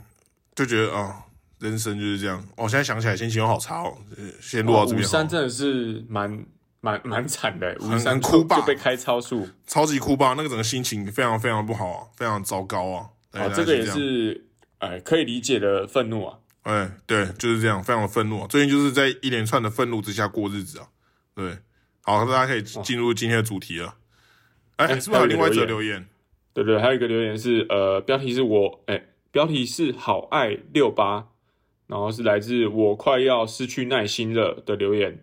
Speaker 1: 就觉得啊、人生就是这样。我、现在想起来心情又好差哦，呃先录到这
Speaker 2: 哦五
Speaker 1: 边好
Speaker 2: 三
Speaker 1: 了，
Speaker 2: 真的是蛮蛮蛮惨的，五
Speaker 1: 很
Speaker 2: 三
Speaker 1: 哭吧
Speaker 2: 就被开超速。
Speaker 1: 超级哭吧，那个整个心情非常非常不好、啊，非常糟糕啊。
Speaker 2: 哦
Speaker 1: 对，
Speaker 2: 这个也，
Speaker 1: 大概样
Speaker 2: 是呃可以理解的愤怒啊。
Speaker 1: 哎，对，就是这样，非常的愤怒、啊。最近就是在一连串的愤怒之下过日子啊。对，好，大家可以进入今天的主题了。哎、
Speaker 2: 哦哎
Speaker 1: 是不是还有另外一则
Speaker 2: 还有一个留
Speaker 1: 留言？
Speaker 2: 对对，还有一个留言是呃，标题是我哎、标题是好爱六八，然后是来自我快要失去耐心了的留言，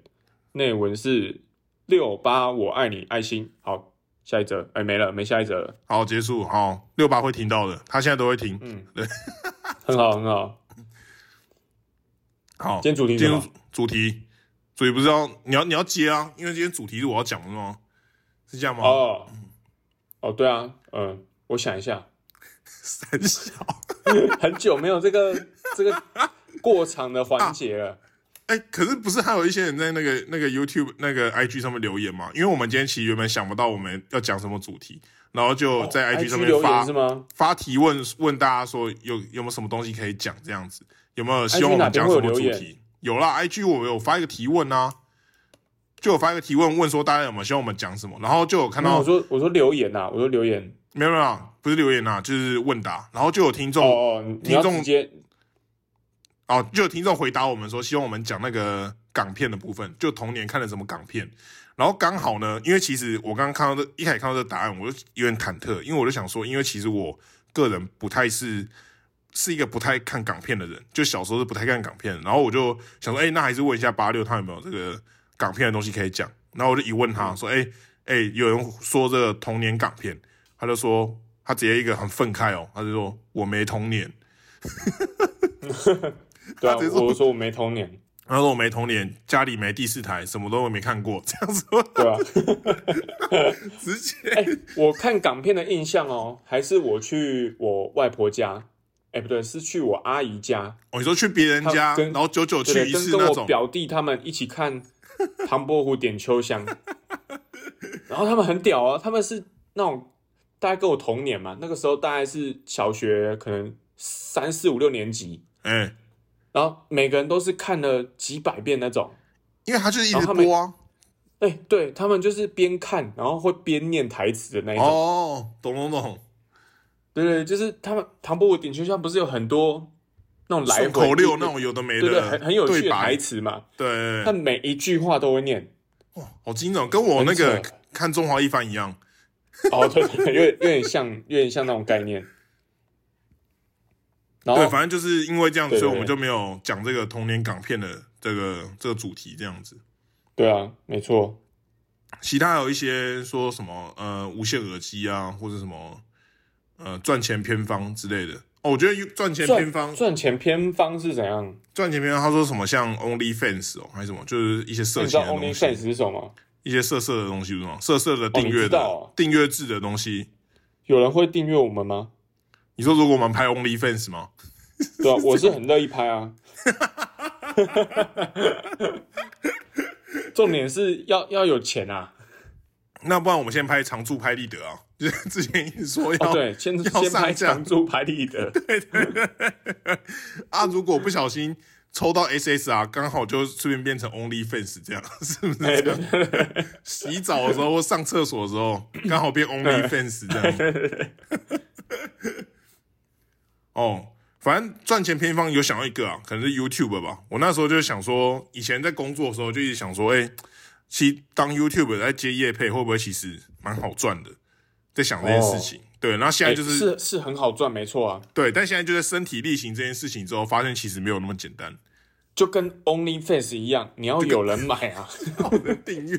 Speaker 2: 内文是六八我爱你爱心。好，下一则哎、没了，没下一则了，
Speaker 1: 好，结束。好，六八会听到的，他现在都会听。
Speaker 2: 嗯，
Speaker 1: 对，
Speaker 2: 很好很好，
Speaker 1: 好，
Speaker 2: 今天主题是
Speaker 1: 进
Speaker 2: 什
Speaker 1: 入
Speaker 2: 么？
Speaker 1: 主题，主题不知道你要你要接啊，因为今天主题是我要讲的吗？是这样吗？
Speaker 2: 哦哦对啊，嗯、我想一下，
Speaker 1: 三小。
Speaker 2: 很久没有这个这个过场的环节了。
Speaker 1: 哎、可是不是还有一些人在那个那个 YouTube 那个 IG 上面留言嘛？因为我们今天其实原本想不到我们要讲什么主题，然后就在
Speaker 2: IG
Speaker 1: 上面
Speaker 2: 哦留
Speaker 1: 发、
Speaker 2: 言是吗
Speaker 1: 发提问，问大家说有有没有什么东西可以讲，这样子有没有希
Speaker 2: IG
Speaker 1: 望我
Speaker 2: 哪
Speaker 1: 们
Speaker 2: 边
Speaker 1: 讲
Speaker 2: 会
Speaker 1: 什
Speaker 2: 有
Speaker 1: 么主
Speaker 2: 留
Speaker 1: 题？有啦，IG 我有发一个提问啊，就有发一个提问，问说大家有没有希望我们讲什么，然后就有看
Speaker 2: 没有
Speaker 1: 到
Speaker 2: 我说我说留言呐、我说留言。
Speaker 1: 没有没有，不是留言啊，就是问答，然后就有听众哦
Speaker 2: 哦哦，你你要
Speaker 1: 听众
Speaker 2: 直接
Speaker 1: 哦就有听众回答我们说希望我们讲那个港片的部分，就童年看了什么港片，然后刚好呢，因为其实我刚刚看到这一开始看到这个答案，我就有点忐忑，因为我就想说，因为其实我个人不太是是一个不太看港片的人，就小时候是不太看港片的，然后我就想说，哎、那还是问一下八六他有没有这个港片的东西可以讲。然后我就一问他说，哎、哎、有人说这个童年港片，他就说他直接一个很愤慨哦，他就说我没童年，
Speaker 2: 对啊，
Speaker 1: 他直接说
Speaker 2: 我我说我没童年，
Speaker 1: 他说我没童年，家里没第四台，什么都没看过，这样子我
Speaker 2: 对吧、
Speaker 1: 直接
Speaker 2: 哎、 [laughs] 我看港片的印象哦，还是我去我外婆家，哎、不对，是去我阿姨家，
Speaker 1: 哦，你说去别人家，
Speaker 2: 他跟
Speaker 1: 然后久久
Speaker 2: 对
Speaker 1: 去
Speaker 2: 对，
Speaker 1: 一
Speaker 2: 跟
Speaker 1: 次
Speaker 2: 跟
Speaker 1: 那
Speaker 2: 我
Speaker 1: 种，
Speaker 2: 表弟他们一起看唐伯虎点秋香， [laughs] 然后他们很屌啊，他们是那种大概跟我同年嘛，那个时候大概是小学可能三四五六年级，
Speaker 1: 哎、
Speaker 2: 然后每个人都是看了几百遍那种。
Speaker 1: 因为他就是一
Speaker 2: 然
Speaker 1: 直
Speaker 2: 后他们
Speaker 1: 播啊，
Speaker 2: 哎、对他们就是边看，然后会边念台词的那一种。
Speaker 1: 哦，懂懂懂，
Speaker 2: 对对，就是他们唐伯虎点秋香不是有很多那种来
Speaker 1: 顺
Speaker 2: 回
Speaker 1: 口溜那种有的没
Speaker 2: 对对，
Speaker 1: 的，
Speaker 2: 很很有趣
Speaker 1: 对
Speaker 2: 的台
Speaker 1: 白，
Speaker 2: 词嘛，
Speaker 1: 对，
Speaker 2: 他每一句话都会念。
Speaker 1: 好惊悚，跟我那个
Speaker 2: 很扯
Speaker 1: 看《中华一番》一样。
Speaker 2: 哦，对对，对有点有点像，有点像那种概念。然
Speaker 1: 对，
Speaker 2: 后
Speaker 1: 反正就是因为这样，
Speaker 2: 哦对对
Speaker 1: 所以我们就没有讲这个童年港片的这个这个主题这样子。
Speaker 2: 对啊，没错，
Speaker 1: 其他还有一些说什么呃无线耳机啊，或者什么呃赚钱偏方之类的。哦，我觉得赚钱偏
Speaker 2: 赚
Speaker 1: 方，
Speaker 2: 赚钱偏方是怎样？
Speaker 1: 赚钱偏方，他说什么像 OnlyFans 哦，还是什么，就是一些色
Speaker 2: 哦你知
Speaker 1: 情
Speaker 2: 道
Speaker 1: 的东
Speaker 2: OnlyFans
Speaker 1: 西，
Speaker 2: 是什么吗？
Speaker 1: 一些色色的东西，不是吗？色色的订
Speaker 2: 你
Speaker 1: 阅
Speaker 2: 知
Speaker 1: 的、
Speaker 2: 道哦
Speaker 1: 订阅制的东西。
Speaker 2: 有人会订阅我们吗？
Speaker 1: 你说如果我们拍 OnlyFans 吗？
Speaker 2: 对啊，我是很乐意拍啊。 [laughs] 重点是要要有钱啊！
Speaker 1: 那不然我们先拍常驻拍立得啊， [laughs] 就是之前一直说要、
Speaker 2: 哦，对，先
Speaker 1: 要
Speaker 2: 先拍
Speaker 1: 上架
Speaker 2: 长租拍立得，
Speaker 1: 啊，如果不小心抽到 SSR，刚好就顺便变成 OnlyFans 这样， [laughs] 是不是这
Speaker 2: 哎
Speaker 1: 样？
Speaker 2: 对对对
Speaker 1: 洗澡的时候或上厕所的时候，刚好变 OnlyFans 这样。 [laughs] 哦，反正赚钱偏方有想到一个啊，可能是 YouTube 吧。我那时候就想说，以前在工作的时候就一直想说，哎、其实当 YouTube 在接业配会不会其实蛮好赚的，在想这件事情。对，然后现在
Speaker 2: 哎
Speaker 1: 就是、
Speaker 2: 是是很好赚，没错啊，
Speaker 1: 对，但现在就是身体力行这件事情之后，发现其实没有那么简单。
Speaker 2: 就跟 OnlyFans 一样，你要有人买啊，
Speaker 1: [laughs] 订
Speaker 2: [laughs]
Speaker 1: 阅，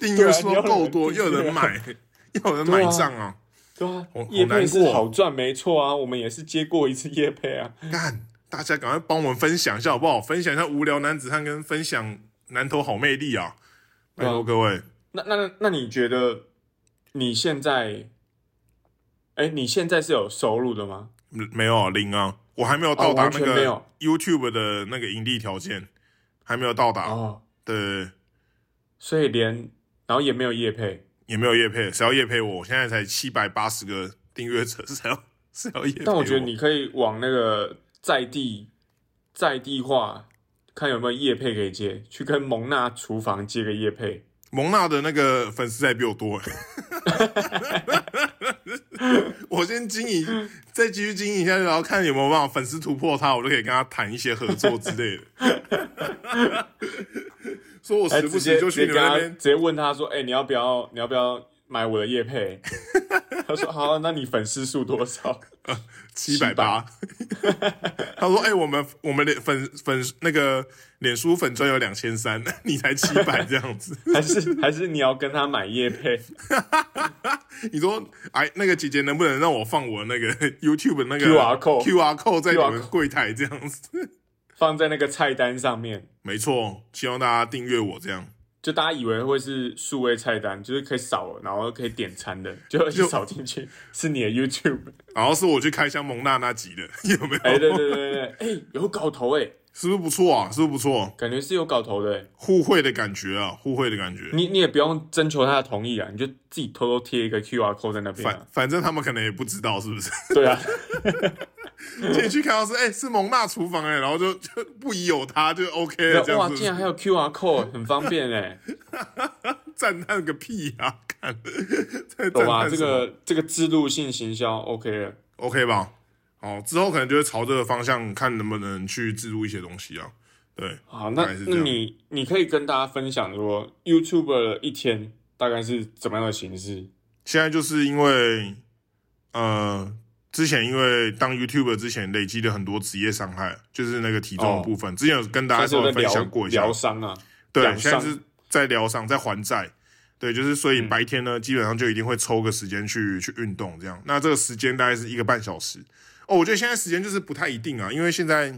Speaker 1: 订
Speaker 2: 对
Speaker 1: 阅
Speaker 2: 啊
Speaker 1: 说够多，
Speaker 2: 你
Speaker 1: 又
Speaker 2: 要有人订阅啊
Speaker 1: 有人买， [laughs] 又有人买账啊！
Speaker 2: 对啊
Speaker 1: 好，
Speaker 2: 业配
Speaker 1: 好
Speaker 2: 是
Speaker 1: 难过
Speaker 2: 好赚，没错啊，我们也是接过一次业配啊，
Speaker 1: 干，大家赶快帮我们分享一下好不好？分享一下无聊男子汉跟分享南头好魅力啊！拜
Speaker 2: 对啊
Speaker 1: 托各位，
Speaker 2: 那那那你觉得你现在，哎，你现在是有收入的吗？
Speaker 1: 嗯没有啊零啊，我还没有到
Speaker 2: 哦
Speaker 1: 达
Speaker 2: 完
Speaker 1: 那
Speaker 2: 全没
Speaker 1: 个
Speaker 2: 有
Speaker 1: YouTube 的那个盈利条件，还没有到达。
Speaker 2: 哦，
Speaker 1: 对，
Speaker 2: 所以连然后也没有业配，
Speaker 1: 也没有业配，谁要业配我？我现在才七百八十个订阅者，谁要谁要业配？
Speaker 2: 但我觉得你可以往那个在地在地化，看有没有业配可以接，去跟蒙娜厨房接个业配。
Speaker 1: 蒙娜的那个粉丝还比我多， [laughs] 我先经营，再继续经营一下，然后看有没有办法粉丝突破他，我就可以跟他谈一些合作之类的。 [laughs] 说我
Speaker 2: 哎，
Speaker 1: 时不
Speaker 2: 直
Speaker 1: 时
Speaker 2: 接
Speaker 1: 就
Speaker 2: 直
Speaker 1: 去
Speaker 2: 接
Speaker 1: 你
Speaker 2: 跟
Speaker 1: 们那
Speaker 2: 他
Speaker 1: 边
Speaker 2: 直，接问他说：“哎、你要不要你要不要买我的叶配？” [laughs] 他说：“好、啊那你粉丝数多少
Speaker 1: 七百八。他说：“哎、我们我们脸粉粉那个脸书粉专有两千三， [laughs] 你才七百这样子。？” [laughs]
Speaker 2: [laughs] 还是还是你要跟他买叶配？
Speaker 1: 你说，哎，那个姐姐能不能让我放我那个 YouTube 那个
Speaker 2: QR code
Speaker 1: QR code 在你
Speaker 2: QR
Speaker 1: 们
Speaker 2: code
Speaker 1: 柜台这样子？
Speaker 2: 放在那个菜单上面，
Speaker 1: 没错，希望大家订阅我这样。
Speaker 2: 就大家以为会是数位菜单，就是可以扫，然后可以点餐的，结果一
Speaker 1: 就
Speaker 2: 扫
Speaker 1: [laughs]
Speaker 2: 进去是你的 YouTube。
Speaker 1: 然后是我去开箱蒙娜那集的， [laughs] 有没有？
Speaker 2: 哎、对对对对，对哎、有搞头哎、
Speaker 1: 是不是不错啊？是不是不错？
Speaker 2: 感觉是有搞头的、哎
Speaker 1: 互惠的感觉啊，互惠的感觉。
Speaker 2: 你你也不用征求他的同意啊，你就自己偷偷贴一个 QR code 在那边、
Speaker 1: 反
Speaker 2: 啊。
Speaker 1: 反正他们可能也不知道是
Speaker 2: [laughs]
Speaker 1: 不是？[laughs]
Speaker 2: 对啊，
Speaker 1: 进去看到是哎、是蒙娜厨房哎、然后就就不疑有他就 OK 了这
Speaker 2: 哇，
Speaker 1: 样
Speaker 2: 竟然还
Speaker 1: 子，
Speaker 2: 有 QR code，很方便哎、
Speaker 1: [laughs] 赞叹个屁啊！ [laughs] 看，在
Speaker 2: 懂
Speaker 1: 赞
Speaker 2: 吧？
Speaker 1: 叹
Speaker 2: 这
Speaker 1: 什么
Speaker 2: 个这个制度性行销 OK 了，
Speaker 1: OK 吧？哦，之后可能就会朝这个方向看能不能去植入一些东西啊。对，
Speaker 2: 好，
Speaker 1: 大
Speaker 2: 那
Speaker 1: 概是这
Speaker 2: 那
Speaker 1: 样
Speaker 2: 你你可以跟大家分享说 YouTube 的一天大概是怎么样的形式？
Speaker 1: 现在就是因为，呃，之前因为当 YouTuber 之前累积了很多职业伤害，就是那个体重的部分，之前有跟大家
Speaker 2: 但哦是
Speaker 1: 稍
Speaker 2: 我
Speaker 1: 微
Speaker 2: 在
Speaker 1: 分
Speaker 2: 疗
Speaker 1: 享过一下
Speaker 2: 疗，伤啊，
Speaker 1: 对，
Speaker 2: 养
Speaker 1: 现
Speaker 2: 伤嗯
Speaker 1: 在是在疗伤，在还债，对，就是所以白天呢，基本上就一定会抽个时间去去运动这样，那这个时间大概是一个半小时。哦，我觉得现在时间就是不太一定啊，因为现在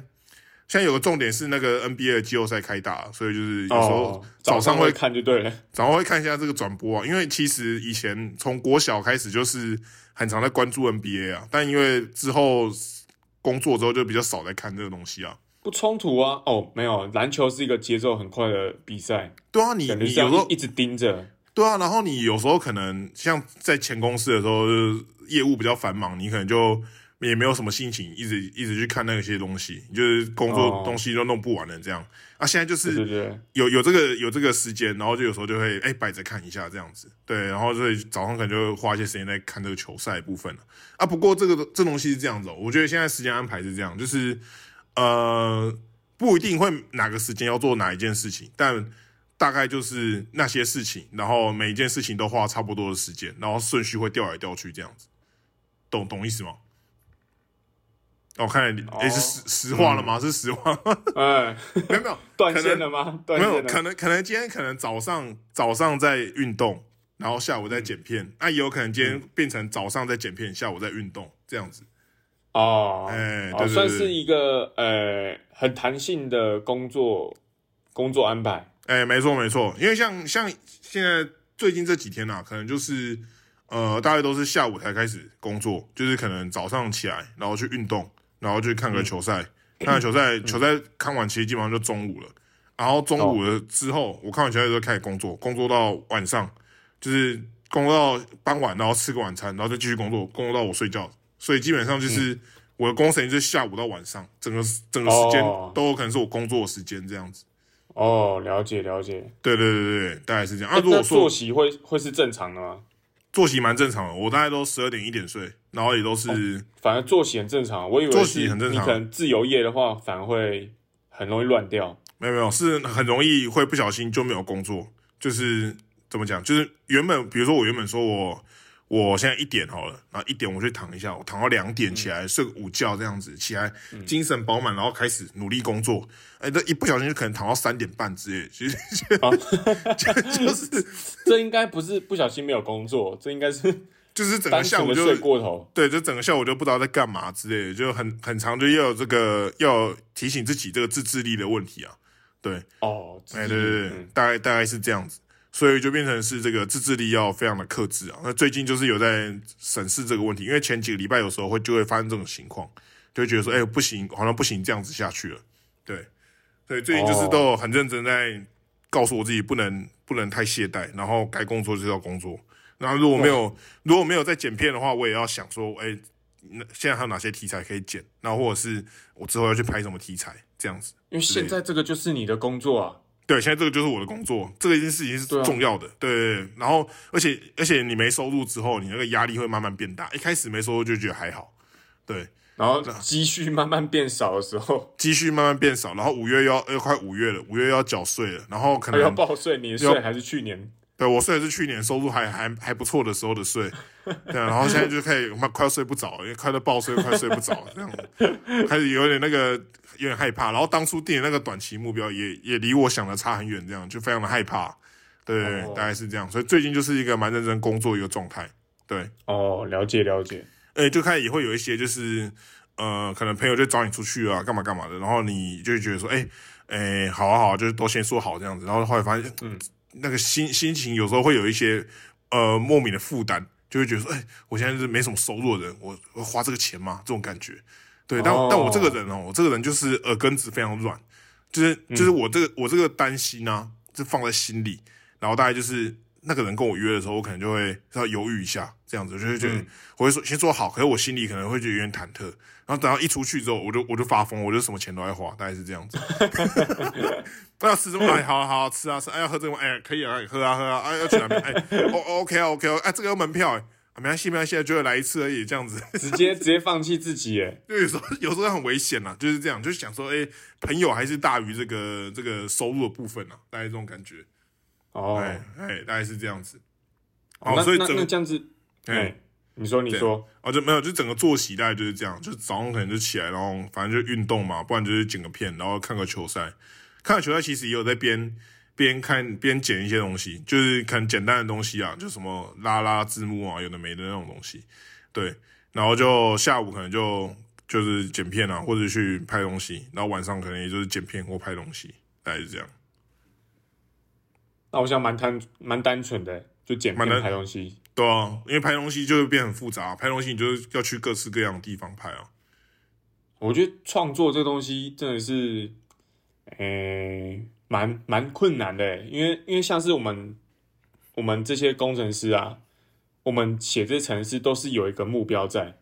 Speaker 1: 现在有个重点是那个 NBA 的季后赛开打，所以就是有时候
Speaker 2: 哦，
Speaker 1: 早
Speaker 2: 早
Speaker 1: 上
Speaker 2: 上
Speaker 1: 会
Speaker 2: 会看就对了，
Speaker 1: 然后会看一下这个转播啊，因为其实以前从国小开始就是很常在关注 NBA 啊，但因为之后工作之后就比较少在看这个东西啊。
Speaker 2: 不冲突啊。哦，没有，篮球是一个节奏很快的比赛，
Speaker 1: 对啊，你
Speaker 2: 感觉
Speaker 1: 你
Speaker 2: 是
Speaker 1: 有时
Speaker 2: 要
Speaker 1: 候
Speaker 2: 一一直盯着。
Speaker 1: 对啊，然后你有时候可能像在前公司的时候，就是业务比较繁忙，你可能就也没有什么心情，一直一直去看那些东西，就是工
Speaker 2: 哦
Speaker 1: 作东西都弄不完了这样。啊，现在就
Speaker 2: 对对
Speaker 1: 是
Speaker 2: 对，
Speaker 1: 有有这个有这个时间，然后就有时候就会哎摆着看一下这样子，对，然后所以早上可能就会花一些时间在看这个球赛的部分了。啊，不过这个这东西是这样子、哦，我觉得现在时间安排是这样，就是呃不一定会哪个时间要做哪一件事情，但大概就是那些事情，然后每一件事情都花差不多的时间，然后顺序会调来调去这样子，懂懂意思吗？哦，看来你
Speaker 2: 哦
Speaker 1: 诶、是实实话了吗？是实话吗， [laughs]
Speaker 2: 哎， [laughs]
Speaker 1: 没有没有，
Speaker 2: 断
Speaker 1: 可能
Speaker 2: 线了吗？断
Speaker 1: 没
Speaker 2: 线
Speaker 1: 有，
Speaker 2: 了，
Speaker 1: 可能可能今天可能早上早上在运动，然后下午在剪
Speaker 2: 嗯
Speaker 1: 片，那、也有可能今天变成早上在剪片，下午在运动这样子。
Speaker 2: 哦，
Speaker 1: 哎
Speaker 2: 哦
Speaker 1: 对对对
Speaker 2: 算是一个呃很弹性的工作工作安排。
Speaker 1: 哎，没错没错，因为像像现在最近这几天啊，可能就是呃，大概都是下午才开始工作，就是可能早上起来，然后去运动，然后去看个球赛，看个球赛，球赛看完其实基本上就中午了，然后中午了之后，我看完球赛就开始工作，工作到晚上，就是工作到傍晚，然后吃个晚餐，然后就继续工作，工作到我睡觉，所以基本上就是。我的工时就是下午到晚上，整个整个时间
Speaker 2: 哦
Speaker 1: 都有可能是我工作的时间这样子。
Speaker 2: 哦，了解了解。
Speaker 1: 对对对对对，大概是这样。啊，
Speaker 2: 哎
Speaker 1: 如果
Speaker 2: 那作
Speaker 1: 说
Speaker 2: 息会会是正常的吗？
Speaker 1: 作息蛮正常的，我大概都十二点一点睡，然后也都
Speaker 2: 哦
Speaker 1: 是、
Speaker 2: 反而作息很正常，我以为
Speaker 1: 作息
Speaker 2: 是
Speaker 1: 很正
Speaker 2: 你
Speaker 1: 常
Speaker 2: 可能自由业的话，反而会很容易乱掉。
Speaker 1: 没有没有，是很容易会不小心就没有工作，就是怎么讲，就是原本比如说我原本说我我现在一点好了，然后一点我去躺一下，我躺到两点起
Speaker 2: 嗯
Speaker 1: 来、睡个午觉这样子，起来精神饱满，然后开始努力工作，哎，这一不小心就可能躺到三点半之类的，其实、 [laughs]
Speaker 2: 啊
Speaker 1: [laughs] 就
Speaker 2: 嗯
Speaker 1: 就是
Speaker 2: [laughs] 这应该不是不小心没有工作，这应该是
Speaker 1: 就是整
Speaker 2: 单
Speaker 1: 个下
Speaker 2: 纯
Speaker 1: 午
Speaker 2: 的
Speaker 1: 就
Speaker 2: 睡过头。
Speaker 1: 对，就整个下午就不知道在干嘛之类的，就很很长，就要有这个要提醒自己这个自制力的问题啊。对，
Speaker 2: 哦，自己
Speaker 1: 哎，对对对，
Speaker 2: 嗯
Speaker 1: 大概大概是这样子，所以就变成是这个自制力要非常的克制啊。那最近就是有在审视这个问题，因为前几个礼拜有时候会就会发生这种情况，就会觉得说，哎、不行，好像不行，这样子下去了。对，所以最近就是
Speaker 2: 哦
Speaker 1: 都有很认真在告诉我自己，不能不能太懈怠，然后该工作就是要工作。然后如果没有如果没有在剪片的话，我也要想说，哎、那现在还有哪些题材可以剪？然后或者是我之后要去拍什么题材这样子。
Speaker 2: 因为现在这个就是你的工作啊。
Speaker 1: 对，现在这个就是我的工作，这个一件事情是
Speaker 2: 对啊
Speaker 1: 重要的，对对对然后，而且而且你没收入之后，你那个压力会慢慢变大。一开始没收入就觉得还好，对，
Speaker 2: 然后积蓄慢慢变少的时候，
Speaker 1: 积蓄慢慢变少，然后五月又要呃又快五月了，五月又要缴税了，然后可
Speaker 2: 还要
Speaker 1: 能
Speaker 2: 报税，你的税还是去年
Speaker 1: 对我税是去年收入还还还不错的时候的税，对啊、然后现在就开始妈快要睡不着，因为快要报税，快睡不着，这样开始有点那个有点害怕。然后当初定的那个短期目标也也离我想的差很远，这样就非常的害怕。对，
Speaker 2: 哦
Speaker 1: 大概是这样，所以最近就是一个蛮认真工作一个状态。对，
Speaker 2: 哦，了解了
Speaker 1: [laughs]
Speaker 2: 解，
Speaker 1: 哎，就开始也会有一些就是呃，可能朋友就找你出去啊，干嘛干嘛的，然后你就会觉得说，哎哎，好啊好啊，就是都先说好这样子，然后后来发现，
Speaker 2: 嗯
Speaker 1: 嗯，那个心心情有时候会有一些呃莫名的负担，就会觉得说，哎，我现在是没什么收入的人，我我花这个钱吗？这种感觉。对，但、
Speaker 2: 哦
Speaker 1: 但我这个人哦，我这个人就是耳根子非常软，就是
Speaker 2: 嗯
Speaker 1: 就是我这个、我这个担心呢、就放在心里，然后大概就是那个人跟我约的时候，我可能就会稍微犹豫一下，这样子，我就会觉得、
Speaker 2: 嗯
Speaker 1: 我会说先说好，可是我心里可能会觉得有点忐忑，然后等到一出去之后，我就我就发疯，我就什么钱都爱花，大概是这样子。那要吃什么？哎，好啊好啊吃啊吃，哎要喝这个吗，哎可以啊，哎喝啊喝啊，哎要去哪边？哎，哦哦 OK 啊 OK 啊，哎这个有门票哎，啊没关系没关系，就来一次而已，这样子。 [laughs]
Speaker 2: 直接直接放弃自己耶。
Speaker 1: 就有时候有时候很危险啦，就是这样，就是想说，哎、朋友还是大于这个这个收入的部分啊，大概这种感觉，
Speaker 2: 哦，
Speaker 1: 哎哎、大概是这样子。
Speaker 2: 哦
Speaker 1: 哦，
Speaker 2: 那
Speaker 1: 所以
Speaker 2: 那
Speaker 1: 整
Speaker 2: 那
Speaker 1: 个
Speaker 2: 这样子，
Speaker 1: 哎
Speaker 2: 哎，你说你
Speaker 1: 对
Speaker 2: 说，
Speaker 1: 哦就没有，就整个作息大概就是这样，就是早上可能就起来，然后反正就运动嘛，不然就是剪个片，然后看个球赛。看个球赛其实也有在边边看边剪一些东西，就是可能简单的东西啊，就什么拉拉字幕啊，有的没的那种东西。对，然后就下午可能就就是剪片啊，或者去拍东西，然后晚上可能也就是剪片或拍东西，大概是这样。
Speaker 2: 那我想蛮单蛮单纯的，就剪
Speaker 1: 蛮
Speaker 2: 片
Speaker 1: 单
Speaker 2: 拍东西。
Speaker 1: 对啊，因为拍东西就会变很复杂，拍东西你就是要去各式各样的地方拍啊。
Speaker 2: 我觉得创作这东西真的是，诶，蛮蛮困难的，因为因为像是我们我们这些工程师啊，我们写这程式都是有一个目标在，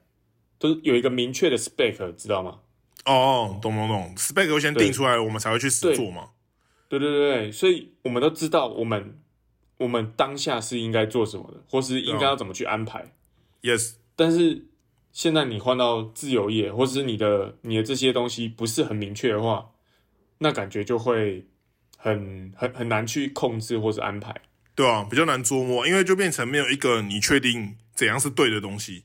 Speaker 2: 就是有一个明确的 spec，知道吗？
Speaker 1: 哦，懂懂懂，spec 优先定出来，我们才会去实做嘛。
Speaker 2: 对对对对，所以我们都知道我们我们当下是应该做什么的，或是应该要怎么去安排。
Speaker 1: Yes，
Speaker 2: 但是现在你换到自由业，或是你的你的这些东西不是很明确的话，那感觉就会很很很难去控制或是安排。
Speaker 1: 对啊，比较难捉摸，因为就变成没有一个你确定怎样是对的东西。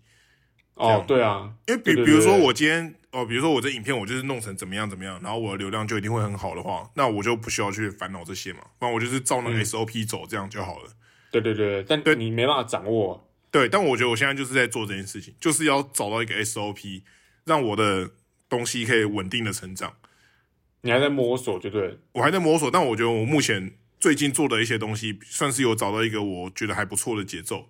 Speaker 1: 这
Speaker 2: 哦
Speaker 1: 样，
Speaker 2: 对啊，
Speaker 1: 因为比
Speaker 2: 对对对
Speaker 1: 比如说我今天哦，比如说我这影片我就是弄成怎么样怎么样，然后我的流量就一定会很好的话，那我就不需要去烦恼这些嘛，那我就是照那个
Speaker 2: 嗯
Speaker 1: SOP 走，这样就好了。
Speaker 2: 对对对，但
Speaker 1: 对
Speaker 2: 你没办法掌握啊、
Speaker 1: 对，但我觉得我现在就是在做这件事情，就是要找到一个 SOP，让我的东西可以稳定的成长。
Speaker 2: 你还在摸索，就对了。
Speaker 1: 我还在摸索，但我觉得我目前最近做的一些东西，算是有找到一个我觉得还不错的节奏。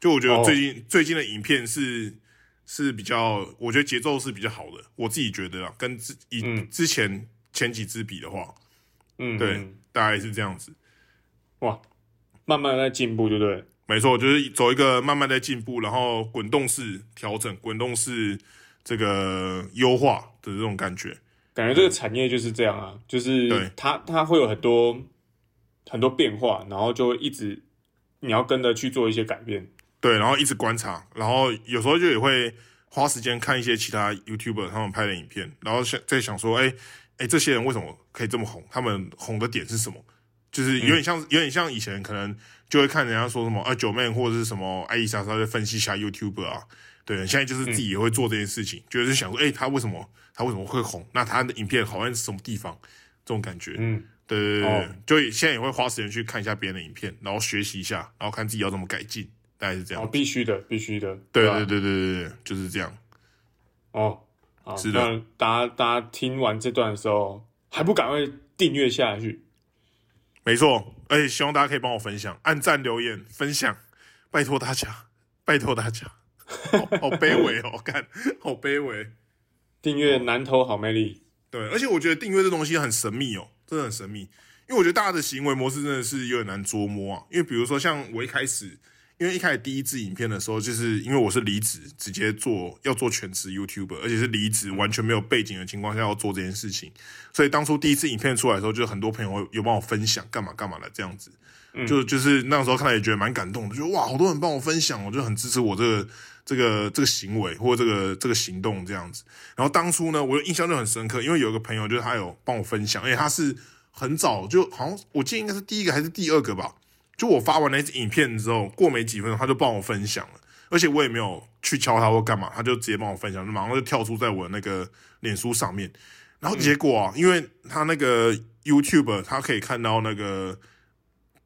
Speaker 1: 就我觉得
Speaker 2: 哦
Speaker 1: 最近、最近的影片是是比较，我觉得节奏是比较好的，我自己觉得啊，跟之以、
Speaker 2: 嗯
Speaker 1: 之前前几支比的话，
Speaker 2: 嗯，
Speaker 1: 对，
Speaker 2: 嗯
Speaker 1: 大概是这样子。
Speaker 2: 哇，慢慢在进步，就对了。
Speaker 1: 没错，就是走一个慢慢在进步，然后滚动式调整、滚动式这个优化的这种感觉。
Speaker 2: 感觉这个产业就是这样啊，就
Speaker 1: 对
Speaker 2: 是它它会有很多很多变化，然后就会一直你要跟着去做一些改变。
Speaker 1: 对，然后一直观察，然后有时候就也会花时间看一些其他 YouTuber 他们拍的影片，然后想在想说，哎哎，这些人为什么可以这么红？他们红的点是什么？就是有点
Speaker 2: 嗯
Speaker 1: 像，有点像以前可能就会看人家说什么啊九妹或者是什么艾丽莎莎在分析一下 YouTuber 啊，对，现在就是自己也会做这件事情，就是想说，哎，他为什么他为什么会红？那他的影片好像是什么地方？这种感觉，
Speaker 2: 嗯，
Speaker 1: 对对对对，
Speaker 2: 哦
Speaker 1: 就现在也会花时间去看一下别人的影片，然后学习一下，然后看自己要怎么改进，大概是这样
Speaker 2: 哦，。必须的，必须的，
Speaker 1: 对
Speaker 2: 吧
Speaker 1: 对对对对对，就是这样。
Speaker 2: 哦，好，
Speaker 1: 是的
Speaker 2: 那大家大家听完这段的时候，还不赶快订阅下去？
Speaker 1: 没错，而且希望大家可以帮我分享、按赞、留言、分享，拜托大家，拜托大家，好好卑微哦， [laughs] 看，好卑微。
Speaker 2: 订阅南投好魅力，
Speaker 1: 对，而且我觉得订阅这东西很神秘哦，真的很神秘，因为我觉得大家的行为模式真的是有点难捉摸啊。因为比如说像我一开始，因为一开始第一支影片的时候，就是因为我是离职，直接做要做全职 YouTuber，而且是离职完全没有背景的情况下要做这件事情，所以当初第一次影片出来的时候，就很多朋友有帮我分享干嘛干嘛的这样子，就就是那时候看了也觉得蛮感动的，就哇，好多人帮我分享哦，我就很支持我这个这个这个行为或这个这个行动这样子。然后当初呢，我的印象就很深刻，因为有一个朋友就是他有帮我分享，而且他是很早就好像我记得应该是第一个还是第二个吧，就我发完那支影片之后，过没几分钟他就帮我分享了，而且我也没有去敲他或干嘛，他就直接帮我分享，就马上就跳出在我的那个脸书上面。然后结果啊，因为他那个 YouTube 他可以看到那个。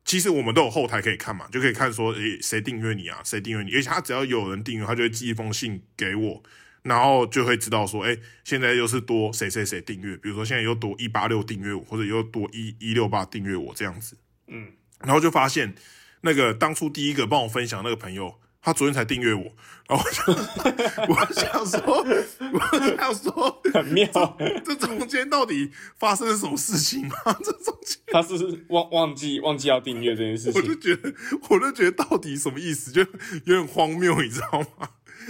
Speaker 1: 其实我们都有后台可以看嘛，就可以看说，诶，谁订阅你啊？谁订阅你？而且他只要有人订阅，他就会寄一封信给我，然后就会知道说，哎，现在又是多谁谁谁订阅，比如说现在又多一八六订阅我，或者又多一一六八订阅我这样子。
Speaker 2: 嗯，
Speaker 1: 然后就发现那个当初第一个帮我分享那个朋友，他昨天才订阅我，然后我就我想说，我想说，
Speaker 2: [laughs] 很妙。
Speaker 1: [laughs] 这中间到底发生了什么事情吗？ [laughs] 这中间。
Speaker 2: 他是不是忘忘记忘记要订阅这件事
Speaker 1: 我就
Speaker 2: 情，
Speaker 1: 觉得，我就觉得到底什么意思，就有点荒谬，你知道吗？ [laughs]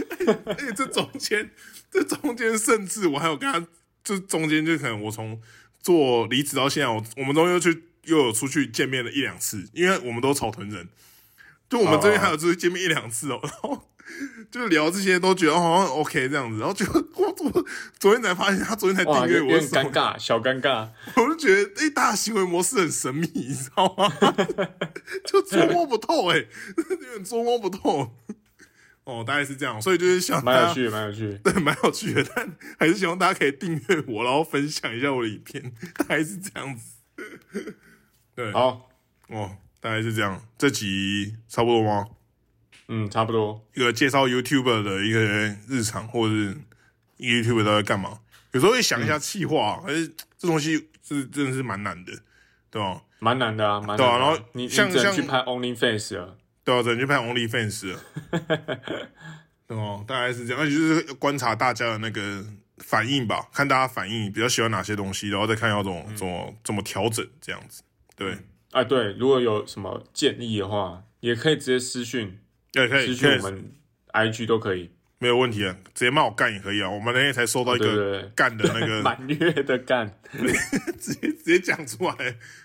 Speaker 1: 而且这中间，这中间甚至我还有跟他，这中间就可能我从做离职到现在，我我们都又去又有出去见面了一两次，因为我们都草屯人，就我们这边还有出去见面一两次哦，然后就聊这些都觉得哦好像 OK 这样子，然后就 [laughs] 我我昨天才发现他昨天才
Speaker 2: 哇，
Speaker 1: 订阅
Speaker 2: 有
Speaker 1: 我
Speaker 2: 有
Speaker 1: 是
Speaker 2: 点
Speaker 1: 什么
Speaker 2: 尴尬，小尴尬。
Speaker 1: 我就觉得，哎、大家行为模式很神秘，你知道吗？ [laughs] 就捉摸不透、哎， [laughs] 有点捉摸不透。哦，大概是这样，所以就是想
Speaker 2: 蛮有
Speaker 1: 大家，
Speaker 2: 趣的，蛮有趣的。
Speaker 1: 对，啊蛮有趣的，但还是希望大家可以订阅我，然后分享一下我的影片，大概是这样子。对，
Speaker 2: 好，
Speaker 1: 哦，大概是这样，这集差不多吗？
Speaker 2: 嗯，差不多。
Speaker 1: 一个介绍 YouTuber 的一个日常，或者是 YouTuber 都在干嘛？有时候会
Speaker 2: 嗯
Speaker 1: 想一下气话，而且这东西是真的是蛮难的，对吧？
Speaker 2: 蛮难的啊，蛮难的
Speaker 1: 对
Speaker 2: 啊、
Speaker 1: 啊然后
Speaker 2: 你你
Speaker 1: 像
Speaker 2: 只能
Speaker 1: 像
Speaker 2: 去拍 Only Face 了，
Speaker 1: 对啊，只能去拍
Speaker 2: [laughs]
Speaker 1: OnlyFans 了。对哦，大概是这样，而且就是观察大家的那个反应吧，看大家反应比较喜欢哪些东西，然后再看要怎
Speaker 2: 嗯
Speaker 1: 么、怎么怎么调整这样子。对，
Speaker 2: 啊，对，如果有什么建议的话，也可以直接私讯
Speaker 1: 也可
Speaker 2: 私
Speaker 1: 以，
Speaker 2: 讯
Speaker 1: 可以
Speaker 2: 我，们 IG 都可以。
Speaker 1: 没有问题啊，直接骂我干也可以啊。我嗯们那天才收到一
Speaker 2: 哦对
Speaker 1: 个
Speaker 2: 对对
Speaker 1: 干的那
Speaker 2: [laughs]
Speaker 1: 个，
Speaker 2: 满月的干，
Speaker 1: 直接直接讲出来。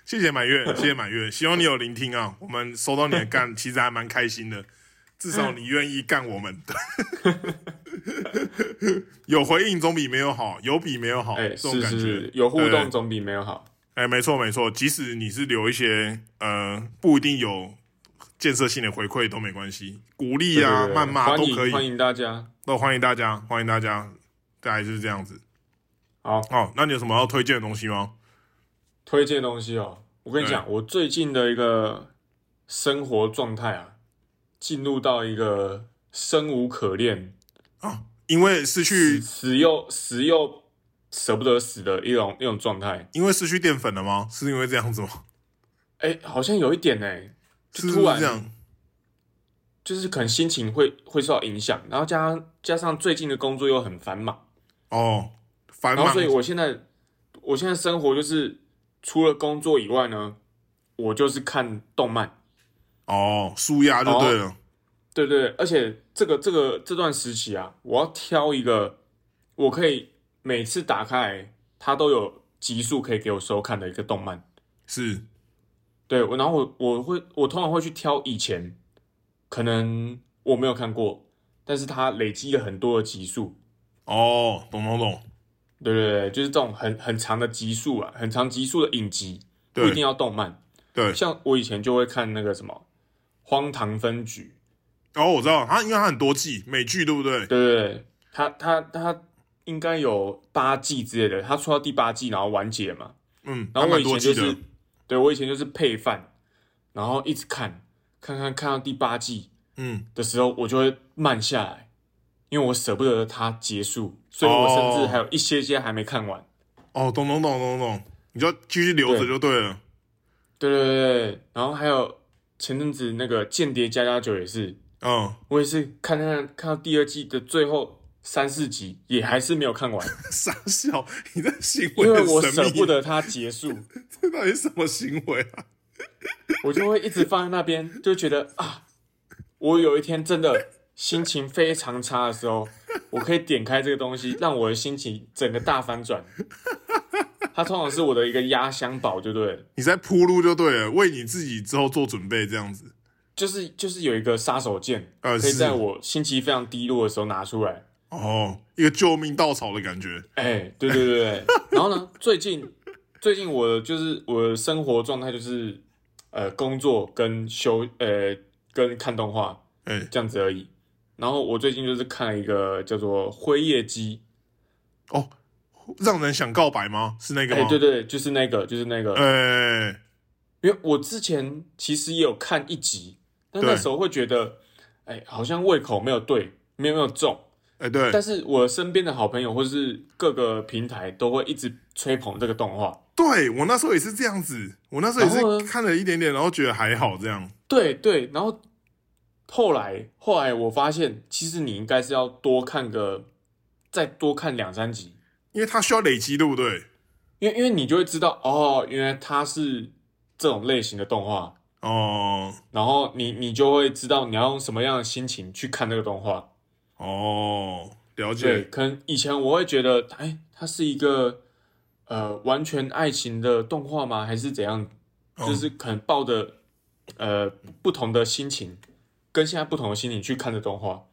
Speaker 1: 谢谢
Speaker 2: [laughs]
Speaker 1: 满月，谢谢满月，希望你有聆听啊。我们收到你的干，其实还蛮开心的，至少你愿意干我
Speaker 2: [laughs]
Speaker 1: 们。有回应总比没有好，有比没有好，
Speaker 2: 哎、
Speaker 1: 这种
Speaker 2: 是
Speaker 1: 感
Speaker 2: 是
Speaker 1: 觉。
Speaker 2: 是，有互
Speaker 1: 对
Speaker 2: 动总比没有好。
Speaker 1: 哎，没错没错，即使你是留一些呃不一定有建设性的回馈都没关系，鼓励啊、
Speaker 2: 对对对
Speaker 1: 谩骂
Speaker 2: 欢
Speaker 1: 都
Speaker 2: 迎
Speaker 1: 可
Speaker 2: 欢
Speaker 1: 以，
Speaker 2: 迎大家。
Speaker 1: 都欢迎大家，欢迎大家，大概就是这样子。
Speaker 2: 好，
Speaker 1: 哦，那你有什么要推荐的东西吗？
Speaker 2: 推荐东西哦，我跟你讲，我最近的一个生活状态啊，进入到一个生无可恋、
Speaker 1: 啊，因为失去，
Speaker 2: 死又死又舍不得死的一种一种状态。
Speaker 1: 因为失去淀粉了吗？是因为这样子吗？
Speaker 2: 哎，好像有一点哎、
Speaker 1: 是
Speaker 2: 就是突然
Speaker 1: 这样？
Speaker 2: 就是可能心情会会受到影响，然后加上加上最近的工作又很繁忙，
Speaker 1: 哦，繁
Speaker 2: 然后
Speaker 1: 忙
Speaker 2: 所以我现在我现在生活就是除了工作以外呢，我就是看动漫。
Speaker 1: 哦，舒压就对了。
Speaker 2: 对对，对而且这个这个这段时期啊，我要挑一个我可以每次打开来它都有集数可以给我收看的一个动漫。
Speaker 1: 是
Speaker 2: 对，我然后我我会我通常会去挑以前可能我没有看过，但是它累积了很多的集数。
Speaker 1: 哦，懂懂懂，
Speaker 2: 对对对，就是这种很很长的集数啊，很长集数的影集，不一定
Speaker 1: 对
Speaker 2: 要动漫。
Speaker 1: 对。
Speaker 2: 像我以前就会看那个什么《荒唐分局》，
Speaker 1: 哦，我知道，它因为它很多季，美剧对不对？
Speaker 2: 对对对，他他他应该有八季之类的，他出到第八季然后完结嘛。
Speaker 1: 嗯，
Speaker 2: 然
Speaker 1: 它
Speaker 2: 后我
Speaker 1: 蛮
Speaker 2: 以
Speaker 1: 多季
Speaker 2: 前就
Speaker 1: 的
Speaker 2: 是，，对我以前就是配饭，然后一直看，看看看到第八季
Speaker 1: 嗯。
Speaker 2: 的时候，我就会慢下来，因为我舍不得它结束，所以我甚至还有一些些还没看完。
Speaker 1: 哦，懂懂懂懂懂，你就继续留着就对了。
Speaker 2: 对对对对，然后还有前阵子那个《间谍加加酒》也是，
Speaker 1: 嗯， [laughs]
Speaker 2: 我也是看看看到第二季的最后三四集，也还是没有看完，
Speaker 1: [laughs] 傻笑，你的行为
Speaker 2: 因为
Speaker 1: 很
Speaker 2: 我
Speaker 1: 神
Speaker 2: 舍
Speaker 1: 秘，
Speaker 2: 不得它结束。
Speaker 1: 这 [laughs] 到底是什么行为啊？
Speaker 2: 我就会一直放在那边，就觉得啊，我有一天真的心情非常差的时候，我可以点开这个东西，让我的心情整个大
Speaker 1: [laughs]
Speaker 2: 翻转。它通常是我的一个压箱宝，对不对了？
Speaker 1: 你在铺路就对了，为你自己之后做准备，这样子。
Speaker 2: 就是就是有一个杀手锏，
Speaker 1: 呃
Speaker 2: 可以
Speaker 1: 是
Speaker 2: 在我心情非常低落的时候拿出来。
Speaker 1: 哦，一个救命稻草的感觉。
Speaker 2: 哎，对对对对。然后呢，最近最近我就是我的生活状态就是，呃，工作跟休呃跟看动画，
Speaker 1: 哎、
Speaker 2: 这样子而已。然后我最近就是看了一个叫做《辉夜姬
Speaker 1: 哦，让人想告白吗？是那》，个
Speaker 2: 哎，
Speaker 1: 吗？
Speaker 2: 对对，就是那个，就是那个，
Speaker 1: 哎、
Speaker 2: 因为我之前其实也有看一集，但
Speaker 1: 对
Speaker 2: 那时候会觉得，哎，好像胃口没有对，没有没有中。
Speaker 1: 哎对，
Speaker 2: 但是我身边的好朋友或是各个平台都会一直吹捧这个动画，
Speaker 1: 对我那时候也是这样子，我那时候
Speaker 2: 然后
Speaker 1: 也
Speaker 2: 呢
Speaker 1: 是看了一点点，然后觉得还好这样。
Speaker 2: 对对。然后后来后来我发现，其实你应该是要多看个，再多看两三集，
Speaker 1: 因为它需要累积，对不对？
Speaker 2: 因为因为你就会知道哦，原来它是这种类型的动画，
Speaker 1: 哦
Speaker 2: 然后你你就会知道你要用什么样的心情去看这个动画。
Speaker 1: 哦，了
Speaker 2: 对，
Speaker 1: 解。
Speaker 2: 可能以前我会觉得，哎，它是一个呃完全爱情的动画吗？还是怎样？
Speaker 1: 嗯
Speaker 2: 就是可能抱着呃不同的心情，跟现在不同的心情去看的动画，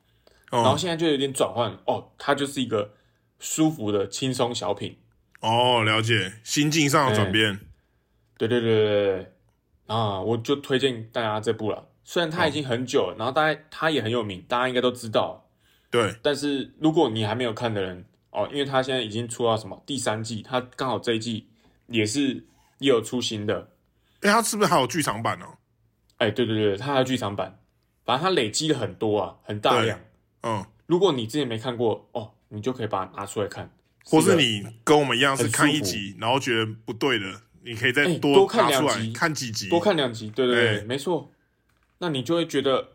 Speaker 2: 然后
Speaker 1: 哦
Speaker 2: 现在就有点转换哦，它就是一个舒服的轻松小品。
Speaker 1: 哦，了解，心境上的转变。
Speaker 2: 对对对对对对，啊，我就推荐大家这部了。虽然它已经很久了，然后大家它也很有名，大家应该都知道。
Speaker 1: 对，
Speaker 2: 但是如果你还没有看的人哦，因为它现在已经出到什么第三季，它刚好这一季也是也有出新的。
Speaker 1: 哎、它是不是还有剧场版呢、啊
Speaker 2: 哎，对对对，它还有剧场版，反正它累积了很多啊，很大量。
Speaker 1: 嗯，
Speaker 2: 如果你之前没看过哦，你就可以把它拿出来看，
Speaker 1: 或是
Speaker 2: 一个
Speaker 1: 你跟我们一样是
Speaker 2: 很舒
Speaker 1: 看一
Speaker 2: 服
Speaker 1: 集，然后觉得不对的，你可以再
Speaker 2: 哎多看
Speaker 1: 拿
Speaker 2: 两
Speaker 1: 出来
Speaker 2: 集
Speaker 1: 看几集，
Speaker 2: 多看两集，对对对，
Speaker 1: 哎
Speaker 2: 没错。那你就会觉得，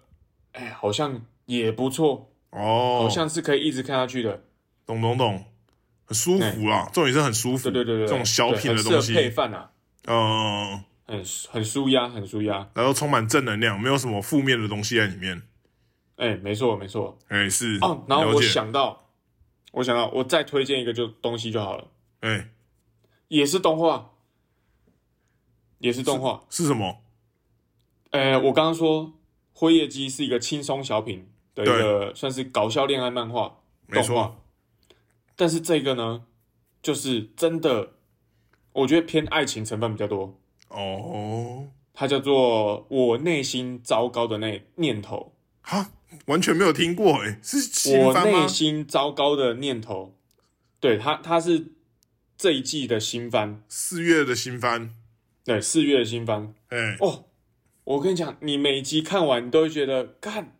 Speaker 2: 哎，好像也不错，
Speaker 1: 哦，
Speaker 2: 好像是可以一直看下去的。
Speaker 1: 懂懂懂，很舒服啦，这种也是很舒服，
Speaker 2: 对对对对，
Speaker 1: 这种小品的
Speaker 2: 对
Speaker 1: 东
Speaker 2: 很适合配
Speaker 1: 西，
Speaker 2: 饭啊，
Speaker 1: 嗯，
Speaker 2: 很很舒压，很舒压。
Speaker 1: 然后充满正能量，没有什么负面的东西在里面，
Speaker 2: 哎，没错没错。
Speaker 1: 哎、是
Speaker 2: 哦，然后
Speaker 1: 了
Speaker 2: 我
Speaker 1: 解
Speaker 2: 想到，我想到，我再推荐一个就东西就好了，
Speaker 1: 哎、
Speaker 2: 也是动画，也是动画。
Speaker 1: 是什么？
Speaker 2: 哎，我刚刚说《辉夜姬》是一个轻松小品的一个算是搞笑恋爱漫画
Speaker 1: 没
Speaker 2: 动
Speaker 1: 错
Speaker 2: 画，但是这个呢，就是真的，我觉得偏爱情成分比较多。
Speaker 1: 哦，
Speaker 2: 它叫做《我内心糟糕的那念头
Speaker 1: 哈，完全没有听过哎、是》，新
Speaker 2: 我
Speaker 1: 番吗
Speaker 2: 内？心糟糕的念头。对它，它是这一季的新番，
Speaker 1: 四月的新番，
Speaker 2: 对四月的新番
Speaker 1: 哎、
Speaker 2: 哦。我跟你讲，你每集看完，你都会觉得干，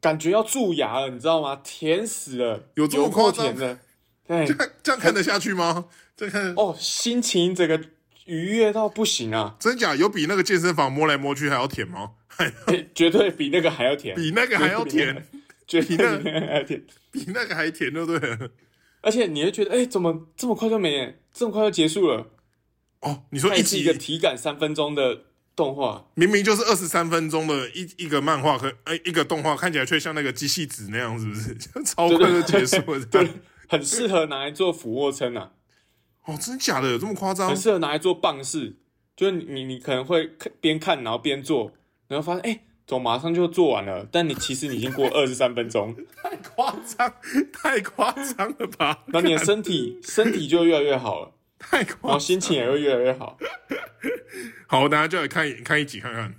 Speaker 2: 感觉要蛀牙了，你知道吗？甜死了，
Speaker 1: 有这么
Speaker 2: 够
Speaker 1: 夸张
Speaker 2: 甜
Speaker 1: [laughs]
Speaker 2: 的，对
Speaker 1: 这样这样看得下去吗？这样看、
Speaker 2: 哦，心情整个愉悦到不行啊， [laughs]
Speaker 1: 真假有比那个健身房摸来摸去还要甜吗？
Speaker 2: 哎绝对比那个还要甜，
Speaker 1: 比那个还要甜，
Speaker 2: 绝对比
Speaker 1: 那
Speaker 2: 那个还要甜。
Speaker 1: 比那个还甜，对不对？
Speaker 2: 而且你会觉得，哎、怎么这么快就没，这么快就结束了？
Speaker 1: 哦，你
Speaker 2: 它
Speaker 1: 说
Speaker 2: 也
Speaker 1: 一
Speaker 2: 是
Speaker 1: 集
Speaker 2: 一个体感三分钟的动画，
Speaker 1: 明明就是二十三分钟的一一个漫画，可哎、一个动画，看起来却像那个机器纸那样，是不是？ [laughs] 就超快就结束
Speaker 2: [laughs]
Speaker 1: 了这
Speaker 2: 对
Speaker 1: 样。，
Speaker 2: 很适合拿来做俯卧撑啊，
Speaker 1: 哦，真假的有这么夸张
Speaker 2: 很？适合拿来做棒式，就是你你你可能会看边看然后边做，然后发现，哎、怎么马上就做完了？但你其实你已经过二十三分
Speaker 1: [laughs]
Speaker 2: 钟，
Speaker 1: 太夸张， [laughs] 太夸张了吧？
Speaker 2: 然后你的身体身体就越来越好了，
Speaker 1: [laughs] 太
Speaker 2: 然
Speaker 1: 夸
Speaker 2: 后心情也会越来越好。
Speaker 1: 好，大家就来看一看一集看看。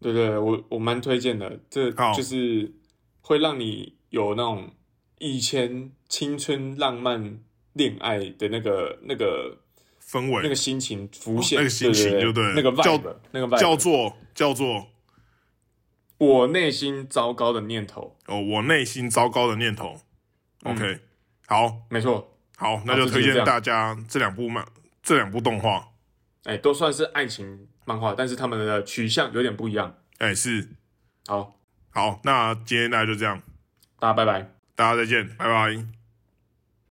Speaker 2: 对对，对我我蛮推荐的，这
Speaker 1: 好
Speaker 2: 就是会让你有那种以前青春浪漫恋爱的那个那个
Speaker 1: 氛
Speaker 2: 那个
Speaker 1: 围
Speaker 2: 心情浮现，
Speaker 1: 哦那个心情
Speaker 2: 对
Speaker 1: 就对了
Speaker 2: 那个
Speaker 1: 叫
Speaker 2: vibe，那个 vibe
Speaker 1: 叫做叫做
Speaker 2: 我内心糟糕的念头，
Speaker 1: 哦，我内心糟糕的念头。OK，、好
Speaker 2: 没错，
Speaker 1: 好，那就推
Speaker 2: 这就是这
Speaker 1: 荐
Speaker 2: 样
Speaker 1: 大家这两部漫，这两部动画。
Speaker 2: 哎，都算是爱情漫画，但是他们的取向有点不一样。
Speaker 1: 哎、是
Speaker 2: 好，
Speaker 1: 好，那今天大家就这样，
Speaker 2: 大家拜拜。
Speaker 1: 大家再见，拜拜。